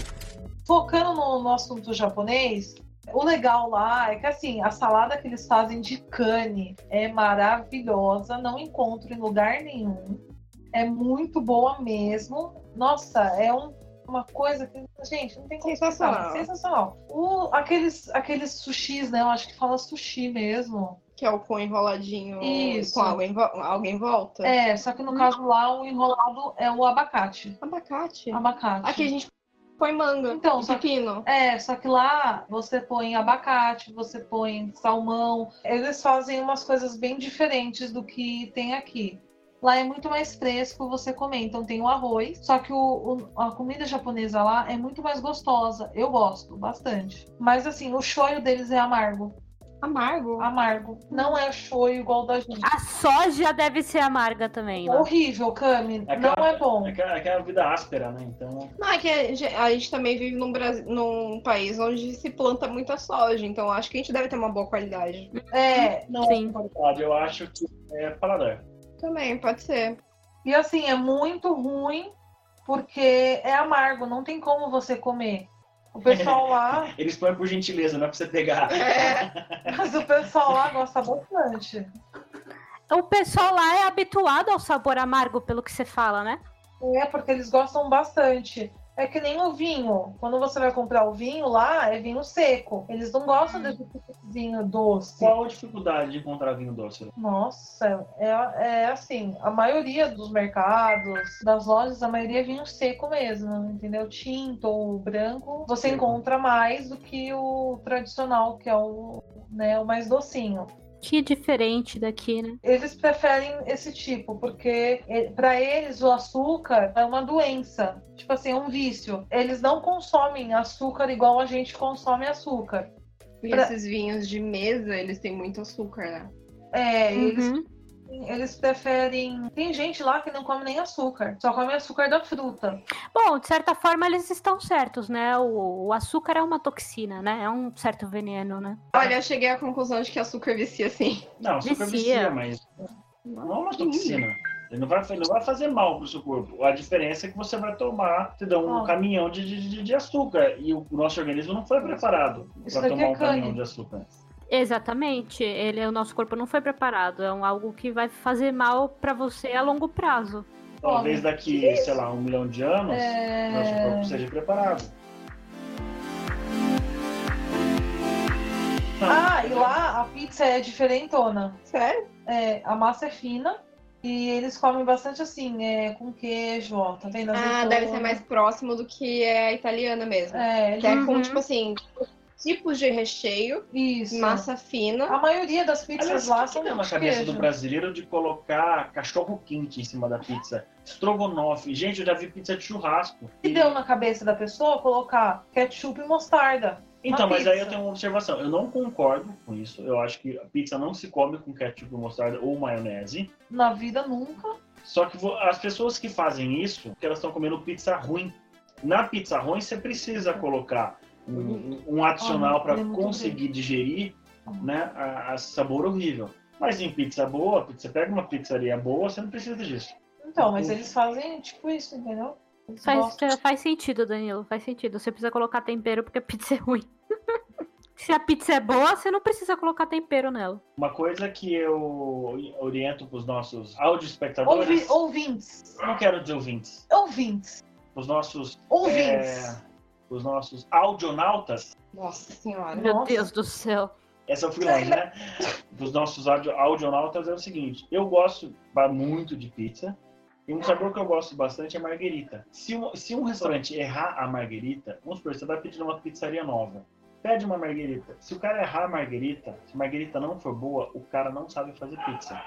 Focando no, no assunto japonês, o legal lá é que assim, a salada que eles fazem de cane é maravilhosa, não encontro em lugar nenhum. É muito boa mesmo. Nossa, é um- uma coisa que, gente, não tem como explicar,
Sensacional.
sensacional. O, aqueles, aqueles sushis, né? Eu acho que fala sushi mesmo.
Que é o pão enroladinho
Isso.
com algo em, vo- algo em volta.
É, só
Hum.
que no caso lá o enrolado é o abacate.
Abacate.
Abacate.
Aqui a gente põe manga.
Então,
e
só que-
pepino.
É, só que lá você põe abacate, você põe salmão. Eles fazem umas coisas bem diferentes do que tem aqui. Lá é muito mais fresco você comer. Então tem o arroz, só que o- o- a comida japonesa lá é muito mais gostosa. Eu gosto bastante. Mas assim, o shoyu deles é amargo.
Amargo.
Amargo. Não é shoyu igual da gente.
A soja deve ser amarga também. Ah, lá.
Horrível, Cami.
Aquela-
Não é bom.
Aquela, aquela vida áspera, né? Então,
Não, é que a gente, a gente também vive num, Brasil, num país onde se planta muita soja, então acho que a gente deve ter uma boa qualidade.
É,
não
Sim.
é qualidade, eu acho que é paladar.
Também, pode ser.
E assim, é muito ruim porque é amargo, não tem como você comer. O pessoal lá,
Eles põem por gentileza, não é pra você pegar.
mas o pessoal lá gosta bastante.
O pessoal lá é habituado ao sabor amargo, pelo que você fala, né?
É, porque eles gostam bastante. É que nem o vinho. Quando você vai comprar o vinho lá, é vinho seco. Eles não gostam desse tipo vinho doce.
Qual a dificuldade de encontrar vinho doce? né?
Nossa, é, é assim, a maioria dos mercados, das lojas, a maioria é vinho seco mesmo, entendeu? Tinto ou branco, você
Seco.
encontra mais do que o tradicional, que é o, né, o mais docinho.
Que diferente daqui, né?
Eles preferem esse tipo, porque eh, pra eles o açúcar é uma doença, tipo assim, é um vício. Eles não consomem açúcar igual a gente consome açúcar.
E
Pra-
esses vinhos de mesa, eles têm muito açúcar, né?
É, eles
Uhum.
Eles preferem. Tem gente lá que não come nem açúcar, só come açúcar da fruta.
Bom, de certa forma eles estão certos, né? O, o açúcar é uma toxina, né? É um certo veneno, né?
Olha, eu cheguei à conclusão de que açúcar vicia sim.
Não, super vicia,
Vicia.
mas não é uma toxina. Ele não vai, ele não vai fazer mal pro seu corpo. A diferença é que você vai tomar, te dá um
Ó.
caminhão de, de, de- de açúcar. E o nosso organismo não foi preparado
Isso
para
daqui
tomar
é
um caminhão
cane.
de açúcar.
Exatamente. Ele, o nosso corpo não foi preparado. É um, algo que vai fazer mal pra você a longo prazo.
Talvez daqui, sei lá, um milhão de anos,
É.
nosso corpo seja preparado.
Ah, e lá a pizza é diferentona.
Sério?
É, a massa é fina e eles comem bastante assim, é, com queijo, ó. Tá vendo?
Ah,
Azeitona.
deve ser mais próximo do que é a italiana mesmo.
É,
Que é
Uhum.
com, tipo assim, tipos de recheio,
isso.
massa fina.
A maioria das
Aliás,
pizzas
lá
lá
que
são
tem na
de
cabeça
queijo.
do brasileiro de colocar cachorro quente em cima da pizza? Estrogonofe. Gente, eu já vi pizza de churrasco.
E deu na cabeça da pessoa colocar ketchup e mostarda.
Então,
Uma
mas aí
pizza.
eu tenho uma observação. Eu não concordo com isso. Eu acho que a pizza não se come com ketchup, mostarda ou maionese.
Na vida nunca.
Só que vo- as pessoas que fazem isso, que elas estão comendo pizza ruim. Na pizza ruim, você precisa colocar um, um
Olha,
adicional para
ele é muito
conseguir digerir né, a, a sabor horrível. Mas em pizza boa, você pega uma pizzaria boa, você não precisa disso.
Então, mas
Uhum.
eles fazem tipo isso, entendeu? Eles
Faz,
gostam.
faz sentido, Danilo. Faz sentido. Você precisa colocar tempero porque a pizza é ruim. Se a pizza é boa, você não precisa colocar tempero nela.
Uma coisa que eu oriento para os nossos audioespectadores,
Ouvi, ouvintes.
não quero dizer ouvintes,
Ouvintes.
os nossos
Ouvintes.
É, os nossos audionautas.
Nossa senhora.
Meu
Nossa.
Deus do céu.
Essa eu fui longe, né? é Dos nossos audio- audionautas é o seguinte: eu gosto ba- muito de pizza. E um sabor que eu gosto bastante é marguerita. Se um, se um restaurante errar a marguerita, vamos supor, você vai pedir uma pizzaria nova. Pede uma marguerita. Se o cara errar a marguerita, se a marguerita não for boa, o cara não sabe fazer pizza.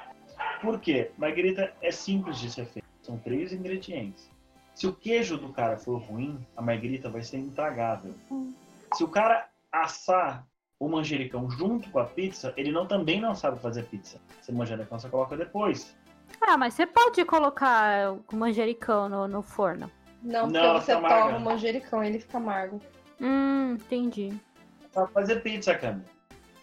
Por quê? Marguerita é simples de ser feita. São três ingredientes. Se o queijo do cara for ruim, a marguerita vai ser intragável. Se o cara assar o manjericão junto com a pizza, ele não também não sabe fazer pizza. Esse manjericão você coloca depois.
Ah, mas você pode colocar o manjericão no, no forno.
Não, porque
Não,
você
fica
torra
amarga.
o manjericão, ele fica amargo.
Hum, entendi.
Sabe fazer pizza, Cami.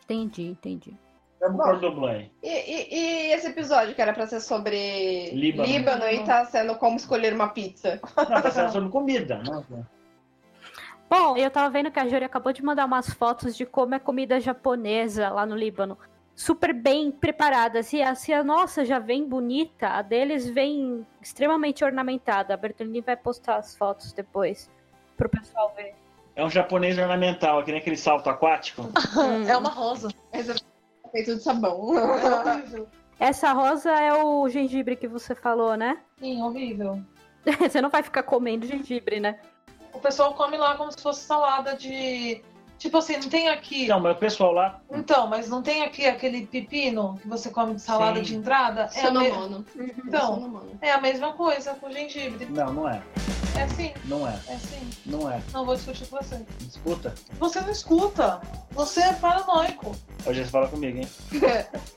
Entendi, entendi.
Chama o
Bom.
cordon blanc.
E, e- e esse episódio que era pra ser sobre
Líbano.
e tá sendo como escolher uma pizza.
Não, tá sendo sobre comida. Não,
Bom, eu tava vendo que a Júlia acabou de mandar umas fotos de como é comida japonesa lá no Líbano. Super bem preparadas. E a, se a nossa já vem bonita, a deles vem extremamente ornamentada. A Bertolini vai postar as fotos depois pro pessoal ver.
É um japonês ornamental, é que nem aquele salto aquático.
É
Hum.
uma rosa.
Mas é feito de sabão.
É horrível.
Essa rosa é o gengibre que você falou, né?
Sim, horrível.
Você não vai ficar comendo gengibre, né?
O pessoal come lá como se fosse salada de. Tipo assim, não tem aqui.
Não, mas o pessoal lá.
Então, mas não tem aqui aquele pepino que você come de salada
Sim.
de entrada? É a, me-
Sonomono.
Então.
Sonomono.
é a mesma coisa com gengibre.
Não, não é.
É assim,
Não é.
é assim.
Não é.
Não vou discutir com você.
Disputa.
Você não escuta. Você é paranoico.
Hoje você fala comigo, hein?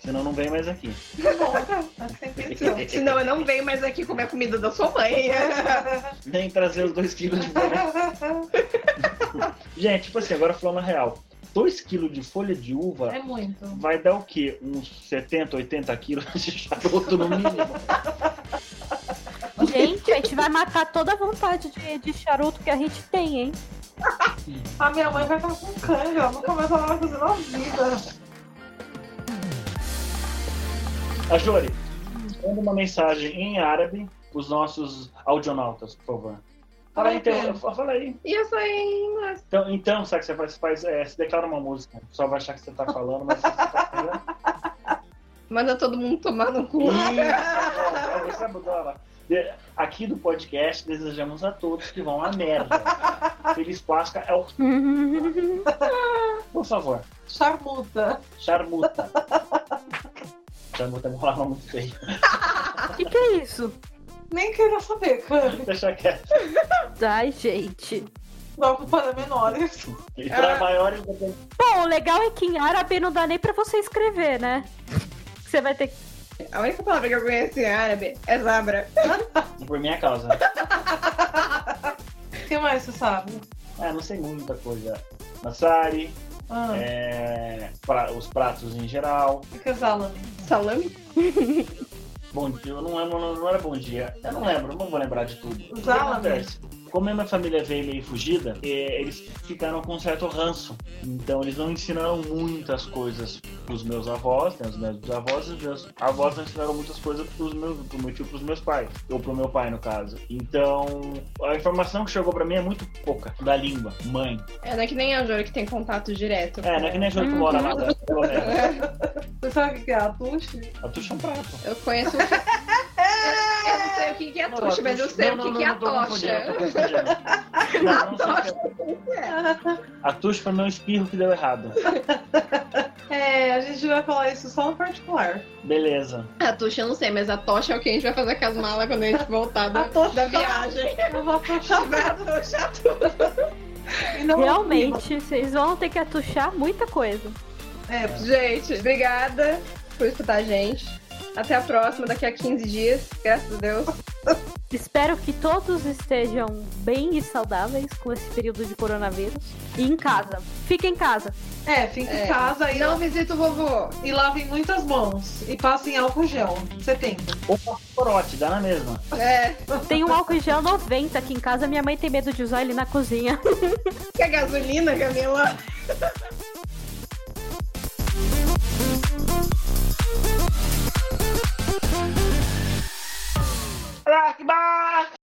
Senão não vem mais aqui.
é Mas tem questão.
Então,
Senão eu não venho mais aqui comer a comida da sua mãe.
Nem trazer os dois quilos de folha. Gente, tipo assim, agora falando a real. 2 quilos de folha de uva
É muito.
vai dar o quê? Uns 70, 80 quilos de charuto no mínimo.
Gente, a gente vai matar toda a vontade de, de charuto que a gente tem, hein?
A minha mãe vai estar com cãibra. Ela nunca mais ela vai fazer na vida.
A Jori, Ah, manda uma mensagem em árabe pros nossos audionautas, por favor. Fala aí, então. Fala aí.
E é eu saí.
Então, então sabe o que você faz? Você faz é, você declara uma música. O pessoal vai achar que você tá falando, mas você tá falando.
Manda todo mundo tomar no cu.
Isso, você vai mudar lá. De- Aqui do podcast, desejamos a todos que vão à merda. Feliz Páscoa é o. Por favor,
Charmuta.
charmuta. Charmuta é uma palavra muito feia.
O que, que é isso?
Nem queira saber, cara.
Deixa quieto.
Ai, gente.
Logo para menores.
E pra maiores, depois
Bom, o legal é que em árabe não dá nem pra você escrever, né? Você vai ter que.
A única palavra que eu conheço em árabe é zabra.
por minha causa.
O que mais você sabe?
Ah, não sei muita coisa. Massari,
Ah,
é, pra- os pratos em geral.
Fica salame.
Salame?
Bom dia, eu não lembro, não, não era bom dia. Eu não lembro, não vou lembrar de tudo. O que
Zala,
acontece? Como a minha família veio meio fugida, eh, eles ficaram com um certo ranço. Então eles não ensinaram muitas coisas pros meus avós, né, os meus bisavós e os meus avós não ensinaram muitas coisas pros meus, pro meu tio, pros meus pais. Ou pro meu pai, no caso. Então, a informação que chegou pra mim é muito pouca da língua, mãe.
É, não é que nem a Jora que tem contato direto.
É, não é que nem a gente que mora lá,
Uhum.
né, pelo menos.
Você sabe o que é atushi?
A tuxa é um prato.
Eu conheço. eu não sei o que que é tocha, mas eu sei o que que é a tocha.
tocha. A tocha foi meu espirro que deu errado.
É, a gente vai falar isso só no particular.
Beleza.
A tocha eu não sei, mas a tocha é o que a gente vai fazer com as malas quando a gente voltar da,
A tocha.
da viagem.
Eu vou puxar e não
Realmente, vocês vão ter que atuchar muita coisa.
É,
Gente, obrigada por escutar a gente. Até a próxima, daqui a 15 dias. Graças a Deus.
Espero que todos estejam bem e saudáveis com esse período de coronavírus. E em casa. Fica em casa.
é fica
É.
em casa e,
Não visita o vovô.
e lavem muitas mãos. E passem álcool gel. 70.
Opa, corote, dá na mesma.
É,
Tem um álcool em gel 90 aqui em casa. Minha mãe tem medo de usar ele na cozinha.
que a gasolina, Camila.
Akbar!